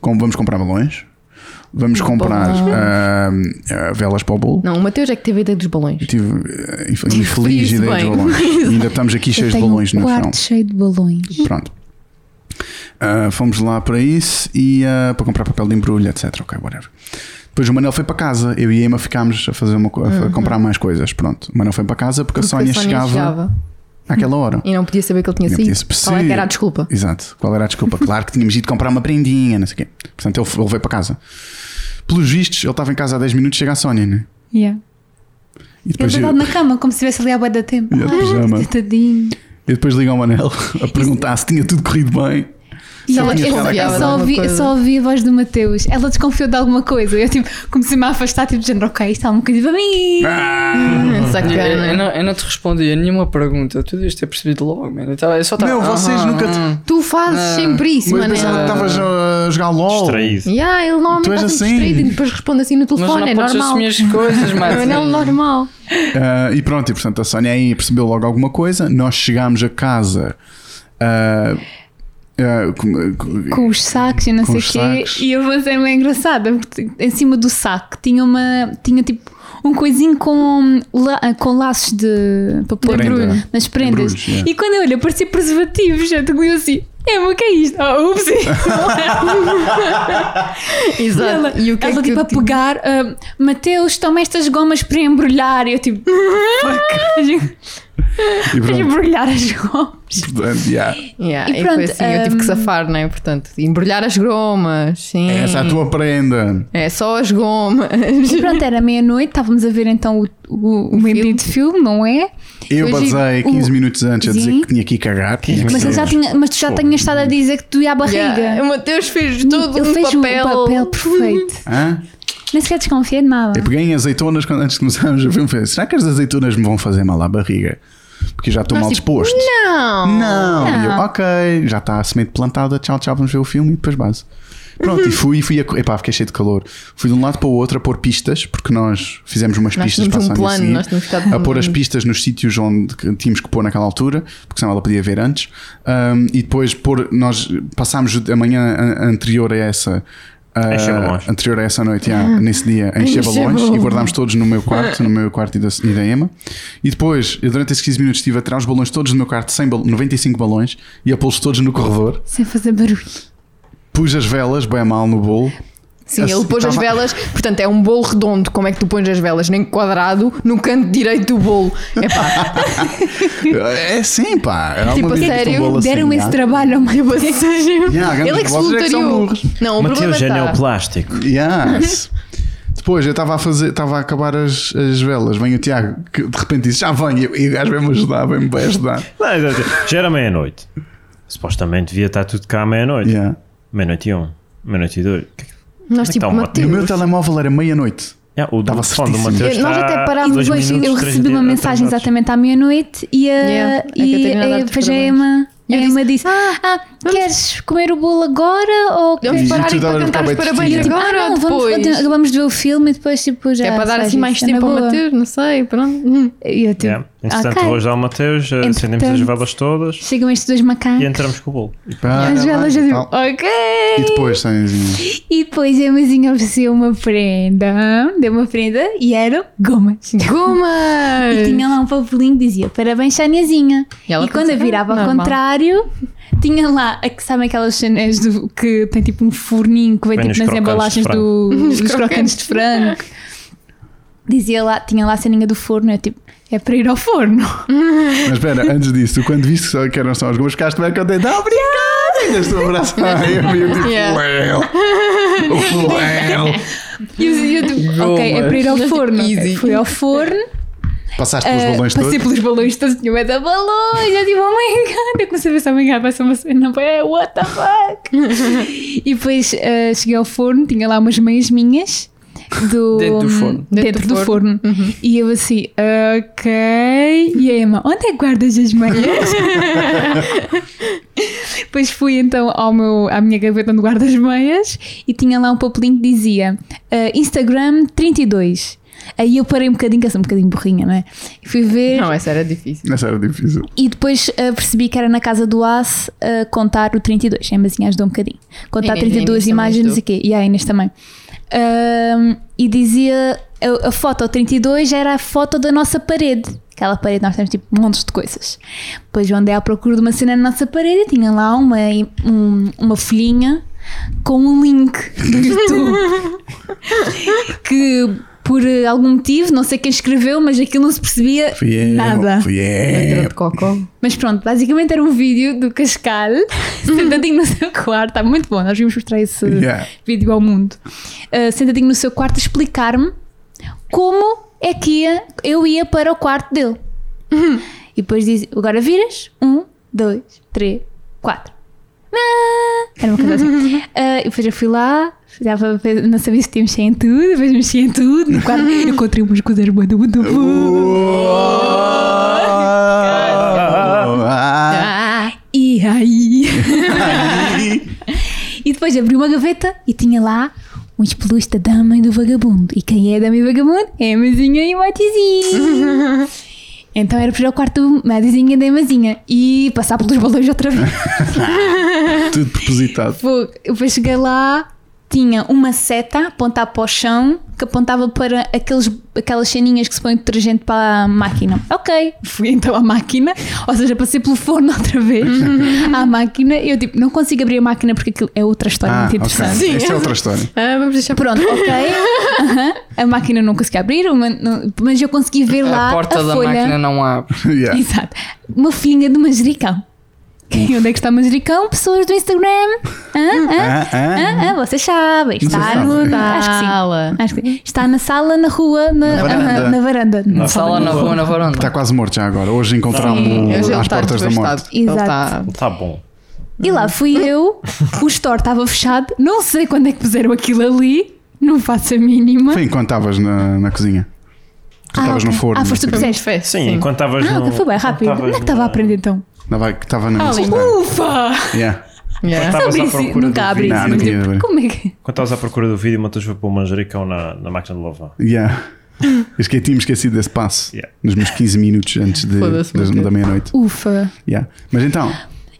como vamos comprar balões, vamos comprar
Balões.
ah, ah, velas para o bolo.
Não, o Mateus é que teve a ideia dos balões.
Eu tive ah, inf- infeliz
isso
ideia de
bem. (laughs)
balões. E ainda estamos aqui
Eu
cheios de
tenho
balões
um
no chão.
quarto cheio de balões.
Pronto. Ah, fomos lá para isso e ah, para comprar papel de embrulho, etc. Ok, whatever. Depois o Manel foi para casa, eu e a Emma ficámos a fazer uma co- a fa- comprar mais coisas. Pronto, o Manel foi para casa porque, a Sónia chegava, àquela hora.
E não podia saber que ele tinha
Eu
saído.
disse,
Qual é que
"Sim."
era a desculpa? (laughs)
Exato, qual era a desculpa? Claro que tínhamos ido comprar uma prendinha, não sei o quê. Portanto, ele, f- ele veio para casa. Pelos vistos, ele estava em casa há 10 minutos, chega a Sónia, né?
Yeah.
E
Ele
depois, eu,
deitado na cama, como se estivesse ali à boa da tempo.
Yeah,
Ai,
pijama.
Tadinho.
eu depois ligo ao Manel a perguntar se tinha tudo corrido bem.
E
Só
ela,
tinha
eu,
ficado a
eu
casa.
só, ouvi, eu só ouvi a voz do Mateus. Ela desconfiou de alguma coisa. Eu tipo, comecei-me a afastar, tipo, de género, ok, isto é um bocadinho para mim.
Ah.
Eu, eu- eu
Sacana.
É, não, eu não te respondi a nenhuma pergunta. Tu devias ter percebido logo, man. Eu tava- eu só tava-
Não, vocês
Aham,
nunca-
aham.
Tu fazes
Ah,
sempre
Mas
isso,
eu
mano.
pensava que estavas a jogar
um
LOL.
Distraído.
Yeah, ele normalmente
Tu és
está assim
assim.
distraído e depois responde assim no
Mas
telefone,
não
é
podes
normal.
assumir as
(laughs)
coisas,
Não,
mas.
não, normal.
Ah, e pronto, e portanto a Sónia aí percebeu logo alguma coisa. Nós chegámos a casa ah, ah, com-
(laughs)
com-
Com os sacos e não
Com
sei o
os
quê.
sacos.
E eu passei bem engraçada, porque em cima do saco tinha uma. tinha tipo um coisinho com, la- com laços de. para pôr
Prenda.
embrulho nas prendas.
Embrulhos, yeah.
E quando eu olho, parecia preservativos. Eu tenho assim. É, mas o que é isto? Oh,
(laughs)
ups!
Exato.
Ela,
e o que
ela
é que
tipo
eu
a
tive?
pegar, ah, Mateus, toma estas gomas para embrulhar. E eu tipo, (laughs)
(laughs)
fuck,
e
vais
pronto,
embrulhar as gomas.
portanto, (laughs) yeah.
Yeah,
E
e
pronto,
foi assim, eu tive que
hum.
safar, não é? Portanto, embrulhar as gomas, sim.
Essa é a tua prenda.
É só as gomas. (laughs)
E pronto, era meia-noite, estávamos a ver então o, o, o bendito filme, não é?
Eu
Hoje,
basei
o-
15 minutos antes a dizer
Sim.
que tinha que ir cagar. tinha que
Mas, eu
sair.
já tinha, mas tu já tinhas estado a dizer que tu ia à barriga.
Yeah, O Mateus fez todo
Ele
um
fez
papel.
o papel perfeito.
Hã?
Nem sequer desconfiei de nada.
Eu peguei em azeitonas quando antes de começarmos a um filme. Falei, será que as azeitonas me vão fazer mal à barriga? Porque eu já estou mal
tipo,
disposto.
Não.
Não, E eu,
Ah.
Não.
ok, já está a semente plantada, tchau, tchau, vamos ver o filme e depois base. Pronto, e fui, e fui a. co- Epá, fiquei cheio de calor. Fui de um lado para o outro a pôr pistas, porque nós fizemos umas
Nós
pistas para
tínhamos
a
um
Sónia
plano,
seguir,
nós tínhamos ficado um-
a pôr
num-
as pistas nos sítios onde que tínhamos que pôr naquela altura, porque senão ela podia ver antes. Ahm, e depois pôr, nós passámos a manhã an- anterior a essa. ah,
Encher balões.
anterior a essa noite, já,
Ah.
nesse dia, a encher
Encher
balões e
balões.
guardámos todos no meu quarto, no meu quarto e da, e da Emma. E depois, eu durante esses 15 minutos, estive a tirar os balões todos do meu quarto, 100 bal- 95 balões, e a pô-los todos no corredor.
Sem fazer barulho.
Tipo,
Pus as velas, bem a mal, no bolo.
Sim,
Assim,
ele pôs as
tava-
velas, portanto é um bolo redondo. Como é que tu pões as velas? Nem quadrado, no canto direito do bolo.
(laughs)
Epá,
É sim, pá. É
Tipo, a sério,
Deram esse trabalho ao
eu vou
Mateus.
sério.
Yeah, grandes
ele é que se
vozes é que são
voluntariou.
burros.
Não, o
Mateus é
problema tá. está.
neoplástico.
Yes. Depois eu estava a fazer, estava a acabar as, as velas. Vem o Tiago, que de repente disse: Já vem, e o- e o gajo vem-me ajudar, vem-me bem ajudar.
Não, não, não. Já era meia-noite. Supostamente devia estar tudo cá à meia-noite.
Yeah.
Meia-noite e um, meanoite e dois.
Nós
Então,
tipo,
No
Mateus.
meu
Mateus.
telemóvel era meia-noite.
Yeah, o
Tava
telefone do
certíssimo.
Mateus
Nós
está
até
E
parámos
dois
depois
minutos,
eu
três
recebi uma
dias
mensagem
atrasados.
exatamente à meia-noite e a,
Yeah, é a
e
Catarina
a,
dá-te
depois a
parabéns.
Emma,
E
a
eu
Emma disse: Ah, Queres comer o bolo agora ou
Vamos
E
queres-
parar
tu
e para
dava-lhe um
cantar os
cabo de
parabéns
tetinha.
agora
ah,
ou
não,
depois?
Vamos, acabamos de ver o filme e depois tipo já.
é para dar
faz
assim mais
isso, é na
tempo ao
boa.
Mateus, não sei, pronto. Hum.
E eu tipo,
Yeah. Entretanto,
ok.
hoje dá o Mateus, eh, acendemos as
Entretanto.
velas todas
Chegam estes dois macacos.
e entramos com o bolo.
Pá,
As velas já
e
tipo,
tal.
ok.
E depois tens.
E depois a mãezinha ofereceu uma prenda. Deu uma prenda e eram gomas. E
Gomas!
tinha lá um papelinho que dizia parabéns, Chaniazinha.
E
E,
ela
quando a
pensou,
virava ao
normal.
contrário, tinha lá, a que sabem aquelas chanés do- que tem tipo um forninho que vem
Vem
tipo
nos
nas
crocantes de
embalagens do-
Nos
dos crocantes de frango. Dizia lá, tinha lá a ceninha do forno. Eu tipo, é para ir ao forno. (laughs)
Mas espera, antes disso, tu quando viste só que eram só as gomas, ficaste bem contente. Ah, obrigada! E estou a abraçar. E eu tipo,
Yeah.
well. Well.
E eu, eu tipo, ok, é para ir ao forno.
Easy.
Fui ao forno.
Passaste pelos
Ah,
balões
passei
todos.
pelos balões todos, tinha bué de balões, eu tipo, oh my god, eu comecei a pensar, oh my god, vai ser uma cena, bué, what the fuck? e depois ah, cheguei ao forno, tinha lá umas meias minhas. Do, hum,
Dentro do forno.
Dentro, do, forno. E eu assim, ok. E a Emma, onde é que guardas as meias? Depois fui então ao meu, à minha gaveta onde guardo as meias e tinha lá um papelinho que dizia ah, Instagram 32. Aí eu parei um bocadinho, que eu sou um bocadinho burrinha, não é? E fui ver
Não, essa era difícil.
Nessa era difícil.
e depois ah, percebi que era na casa do Ace ah, contar o 32. A Emmazinha ajudou um bocadinho. Contar
E a Inês
32
também
imagens, não sei
ajudou.
o quê. E a Inês também. Ahm, e dizia, a, a foto 32 era a foto da nossa parede. Aquela parede, nós temos tipo montes de coisas. Depois eu andei à procura de uma cena na nossa parede e tinha lá uma, um- uma folhinha com um link do YouTube. que por eh, algum motivo, não sei quem escreveu, mas aquilo não se percebia
Fui eu,
nada.
Fui
Letra
eu.
de cocó.
Mas pronto, basicamente era um vídeo do Cascal sentadinho no seu quarto. Está muito bom, nós vimos mostrar esse
Yeah.
vídeo ao mundo. Uh, sentadinho no seu quarto a explicar-me como é que ia, eu ia para o quarto dele. E depois diz: agora viras? Um, dois, três, quatro. Ah! Era uma coisa assim. Ah, e depois eu fui lá, já para ver- não sabia se tinha mexido em tudo, depois mexi em tudo. No quarto, encontrei umas coisas muito, muito
(laughs) Uh. Ah,
Ah,
E aí? e depois abri uma gaveta e tinha lá uns peluches da dama e do vagabundo. E quem é a dama e o vagabundo? É a Mazinha e o Matizinho.
(laughs)
então era para ir ao quarto do Matizinho e da Mazinha e passar pelos balões outra vez.
(laughs) Tudo propositado.
Pô, eu depois cheguei lá, tinha uma seta a apontar para o chão que apontava para aqueles, aquelas ceninhas que se põe detergente para a máquina. Ok, fui então à máquina, ou seja, passei pelo forno (laughs) outra
(laughs)
vez à máquina. Eu tipo, não consigo abrir a máquina porque aquilo é outra história
Ah,
muito
ok.
interessante.
Sim,
Essa é
essa-
outra história. (laughs)
ah, vamos deixar
Pronto, (laughs) ok. Aham. A máquina não consegui abrir, uma- não- mas eu consegui ver lá
a porta da
folha.
máquina não abre.
Yeah.
Exato. Uma filhinha de manjericão. E onde é que está o manjericão? Pessoas do Instagram. Hã? Hã?
Ah, ah.
Ah, ah, vocês sabem.
Não sei
Está
se
no.
sabem.
Acho que sim.
Fala.
Acho que sim. Está na sala, na rua, na,
Na
ah,
varanda.
na- na varanda.
Tá
Na sala, na rua, na varanda.
Está Tá quase morto já agora. Hoje
Sim,
encontramos
hoje ele
às
está
portas da morte.
devastado. Ele
Exato.
está-
tá
Está bom.
E lá fui eu, o store estava fechado, não sei quando é que puseram aquilo ali, não faço a mínima.
Foi enquanto estavas na, na cozinha.
Ah,
Estavas
ok.
no forno.
Ah, foste tu que
Foi
puseste.
festa.
Sim, enquanto estavas
Ah,
no.
ok, foi bem rápido. Onde é que estava a aprender então?
Não vai, que estava na
Ah,
mesa.
Ufa!
Yeah.
Yeah.
Estavas à
Abri-se,
procura do
nunca abri
vídeo.
Não, não
isso.
tinha de abrir.
tipo, Como é que.
Quando estavas à procura do vídeo, o Matheus foi para o manjericão na, na máquina de lavar.
Yeah. Acho que eu tinha esquecido desse passo
Yeah.
nos meus 15 minutos antes de,
Foda-se,
das-
meu
da meia-noite.
Ufa!
Yeah. Mas então,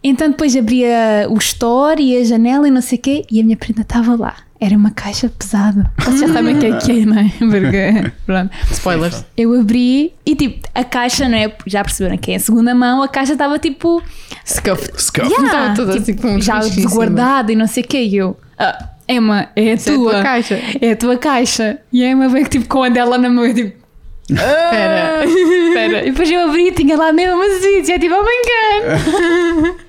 Então depois abria o store e a janela e não sei o quê e a minha prenda estava lá. Era uma caixa pesada. Vocês já sabem o que é que é, não é? (laughs) Porque, pronto.
Spoilers.
Eu abri e tipo, a caixa, não é? Já perceberam que é em segunda mão, a caixa estava tipo,
Scuff.
scuff.
yeah,
Estava toda
tipo,
assim com uns
já
risquinhos em cima.
guardada e não sei o quê. E eu, ah, Emma, é a
é a
tua.
tua caixa.
É a tua caixa. E a Emma veio tipo com a dela na mão, eu tipo, Ah.
Espera.
Espera. E depois eu abri e tinha lá mesmo umas vídeos. É tipo, oh my god.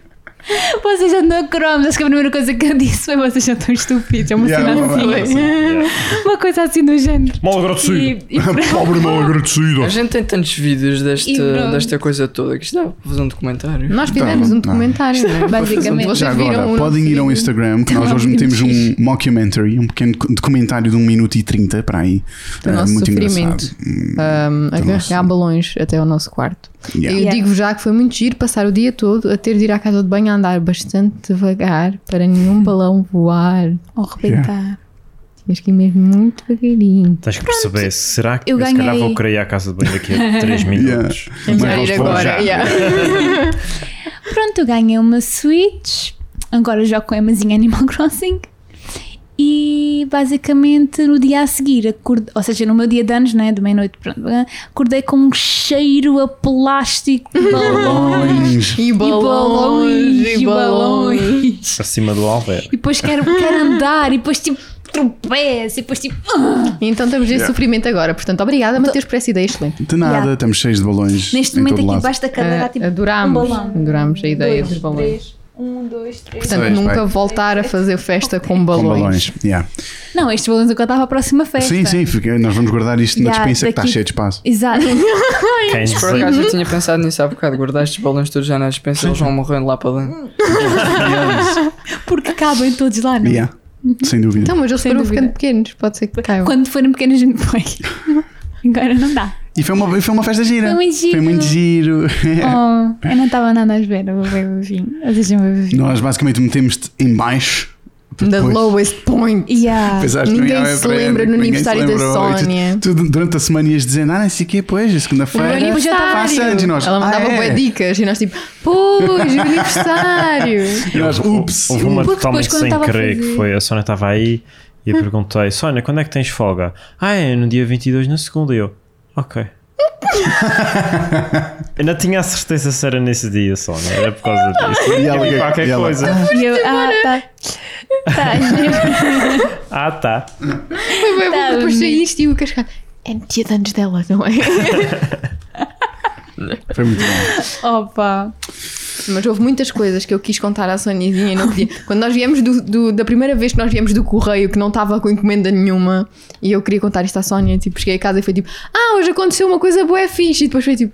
Vocês andam a cromos. Acho que a primeira coisa que eu disse foi vocês já estão estúpidos. É uma
Yeah,
cena
uma-
assim.
uma-
Yeah.
Uma coisa assim do género.
Mal agradecido.
E, e (laughs)
Pobre mal agradecido.
A gente tem tantos vídeos desta,
pronto.
desta coisa toda que isto dá para fazer um documentário.
Nós fizemos
Não, não.
um documentário, não é?
Basicamente. um
Vocês
Já agora,
viram o
Então, podem
nosso
ir ao
vídeo?
Instagram que nós
Tá
hoje
lá,
metemos um
fixe.
mockumentary, um pequeno documentário de 1 minuto e 30 para aí.
Do
É,
nosso
muito
sofrimento.
engraçado. Hum,
Um, a
Do nosso-
carregar balões até ao nosso quarto.
Yeah.
Eu
Yeah.
digo já que foi muito giro passar o dia todo a ter de ir à casa de banho a andar bastante devagar para nenhum balão voar.
Ou rebentar.
Tinhas que ir mesmo muito devagarinho.
Tens que perceber, será que
Eu
eu se calhar
ganhei.
vou querer ir à casa de banho daqui a
(laughs)
3 minutos?
Mas
Já
vamos
ir
para
agora.
já.
yeah.
Pronto, eu ganhei uma Switch. Agora jogo com a Emazinha Animal (laughs) Crossing. E basicamente no dia a seguir, acorde- ou seja, no meu dia de anos, né, de meia-noite, pronto, acordei com um cheiro a plástico, balões,
Balões.
E balões,
balões,
e
e
balões.
Acima do Alver.
e depois quero, quero andar, e depois tipo tropeço, e depois tipo. ah.
Então estamos nesse
Yeah. Então,
sofrimento agora. Portanto, obrigada, Mateus, por essa ideia excelente.
De nada,
Yeah.
estamos cheios de balões.
Neste
em
momento,
todo
aqui
lado. É,
debaixo da cadeira, há tipo.
Ah, adorámos,
um balão.
adorámos a ideia
dois,
dos balões.
três, um, dois, três. É, tipo
Portanto,
Pois,
nunca
bem.
voltar a fazer festa com
Com
balões.
balões. Yeah.
Não, estes balões eu contava à próxima festa.
Sim, sim, porque nós vamos guardar isto na
Yeah,
dispensa que está
daqui-
cheia de espaço. (laughs)
Exato.
É
Cães
Por acaso eu tinha pensado nisso há bocado, guardar estes balões todos já na dispensa, eles vão morrendo lá para
(laughs)
dentro.
Porque cabem todos lá, não é?
Yeah. Sem dúvida.
Então, mas eles
Sem
foram
dúvida.
ficando pequenos, pode ser que caiam.
Quando forem pequenos, a gente põe. Agora não dá.
E foi uma, foi uma festa gira.
Foi muito giro.
Foi muito giro.
(laughs)
é.
Oh, eu não estava nada à espera, vou ver o vinho. Ou seja, vou ver
(laughs) Nós basicamente metemos-te em baixo. para
The
depois
lowest point.
Yeah.
pensares que não é.
Ninguém
ia haver
se
prémio,
lembra no
que ninguém
aniversário
se
da
lembrou. E tu-
Sónia.
Tu, durante a semana ias dizendo, ah, não sei o quê, pois, a segunda-feira.
Lembrei-me já estava-
Faz anos, e nós.
Ela
ah,
mandava
é.
boas dicas e nós tipo, pois, o
(laughs)
aniversário.
E nós, ups.
Houve um- uma
Porque
totalmente
depois quando
sem
estava a
querer que
fazer-
foi. A Sónia estava aí e eu perguntei: Sónia, quando é que tens folga? Ah, é no dia 22, na segunda. E eu, ok. eu não tinha a certeza se era nesse dia, Sónia. Era por causa disso.
E
E
ela-
qualquer
e ela-
coisa.
E eu,
é,
ah, tá. Tá, (laughs) giro.
Ah, tá.
Foi bem
Tá
bom, depois
bonito.
saíste e o cascado. É no dia de anos dela, não é?
Foi muito bom.
Opa.
Mas houve muitas coisas que eu quis contar à Sonizinha e não podia. Quando nós viemos do, do- da primeira vez que nós viemos do correio, que não estava com encomenda nenhuma, e eu queria contar isto à Sónia, tipo, cheguei a casa e foi tipo, ah, hoje aconteceu uma coisa boa fixe. E depois foi tipo,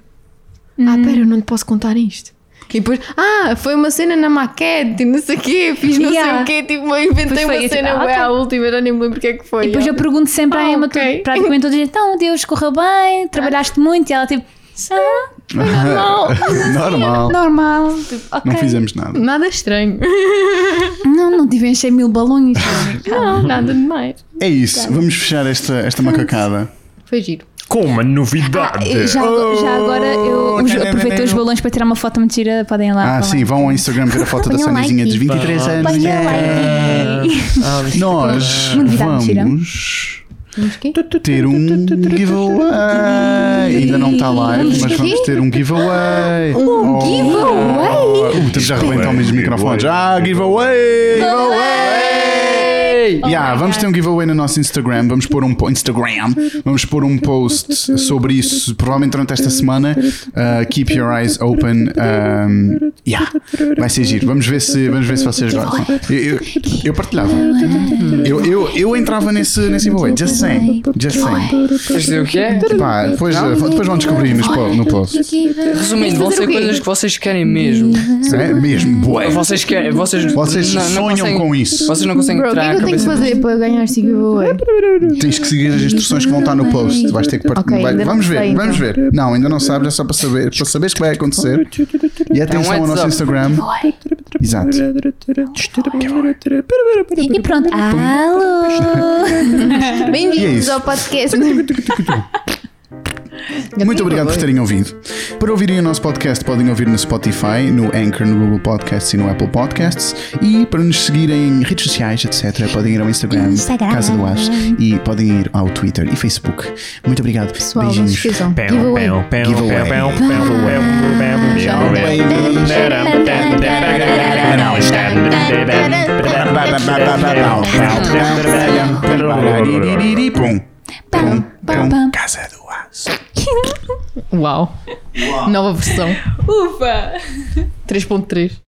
ah,
Uhum.
pera, eu não lhe posso contar isto. E depois, ah, foi uma cena na maquete, não sei o quê, fiz não
Yeah.
sei o quê, tipo, eu inventei
Depois foi,
uma
eu tipo,
cena
ah,
bué
ok.
à última, já nem me lembro o que é que foi.
E depois eu pergunto sempre
Ah,
à Emma,
ok. Ah.
tu- praticamente todo dia, então, Deus, correu bem, trabalhaste muito. E ela tipo, ah,
(laughs) Normal. Normal.
é
normal. Tipo, ok.
Não fizemos nada.
Nada estranho. (laughs)
Não, não tive encher mil
(laughs)
balões.
Não, nada demais.
É isso. Vamos fechar esta, esta macacada.
Foi giro.
Com uma
Ah,
novidade.
já, ago- já agora eu os-
Oh,
aproveitei os balões para tirar uma foto muito gira, podem ir lá.
Ah,
vão lá.
sim, vão ao Instagram ver a foto da
Ponham
Sonizinha
like.
dos 23 anos.
Ponham
Yeah.
like.
Nós
Novidade, gira.
vamos
Mas quê?
ter um giveaway. Ainda não está live,
Vamos
mas
quê?
vamos ter um giveaway. Um
giveaway?
Estamos a arrebentar o mesmo microfone. Já, giveaway! Giveaway!
Ei!
yeah,
my
vamos ter um giveaway no nosso Instagram. Vamos pôr um po- Instagram. Vamos pôr um post sobre isso, provavelmente durante esta semana. Uh, keep your eyes open. Um, yeah, vai ser giro. Vamos ver se vamos ver se vocês gostam. Eu, eu, eu partilhava. Eu, eu, eu entrava nesse nesse giveaway. Just saying, just saying.
Queres dizer o que é?
Pá, depois uh, depois vão descobrir nos po- no post.
Resumindo, vão ser coisas que vocês querem mesmo.
É mesmo, bué.
Vocês querem, vocês,
Vocês sonham
conseguem-
com isso.
Vocês não conseguem
Bro, o que é
tirar
que eu
a
tenho que
cabeça.
fazer para
(laughs)
ganhar este giveaway?
Tens que seguir as instruções que vão estar no post. Vais ter que part...
Ok,
vai-
ainda não
Vamos ver,
sei, então.
vamos ver. Não, ainda não sabes, é só para saber, para saberes que vai acontecer. E atenção
É um
ao nosso
heads up.
Instagram. Exato.
E pronto. Alô!
E é
Bem-vindos
isso.
ao podcast.
Muito obrigado por terem ouvido. Para ouvirem o nosso podcast, podem ouvir no Spotify, no Anchor, no Google Podcasts e no Apple Podcasts. E para nos seguirem em redes sociais, etc., podem ir ao Instagram,
Instagram.
Casa do As, e podem ir ao Twitter e Facebook. Muito obrigado.
Pessoal, não se
Beijinhos.
esqueçam.
Pão,
Giveaway.
pão, pão,
Giveaway.
pão, pão, pão, pão, pão.
Pam, pam, pam.
Casa do As.
Uau. Nova versão. Ufa! 3.3.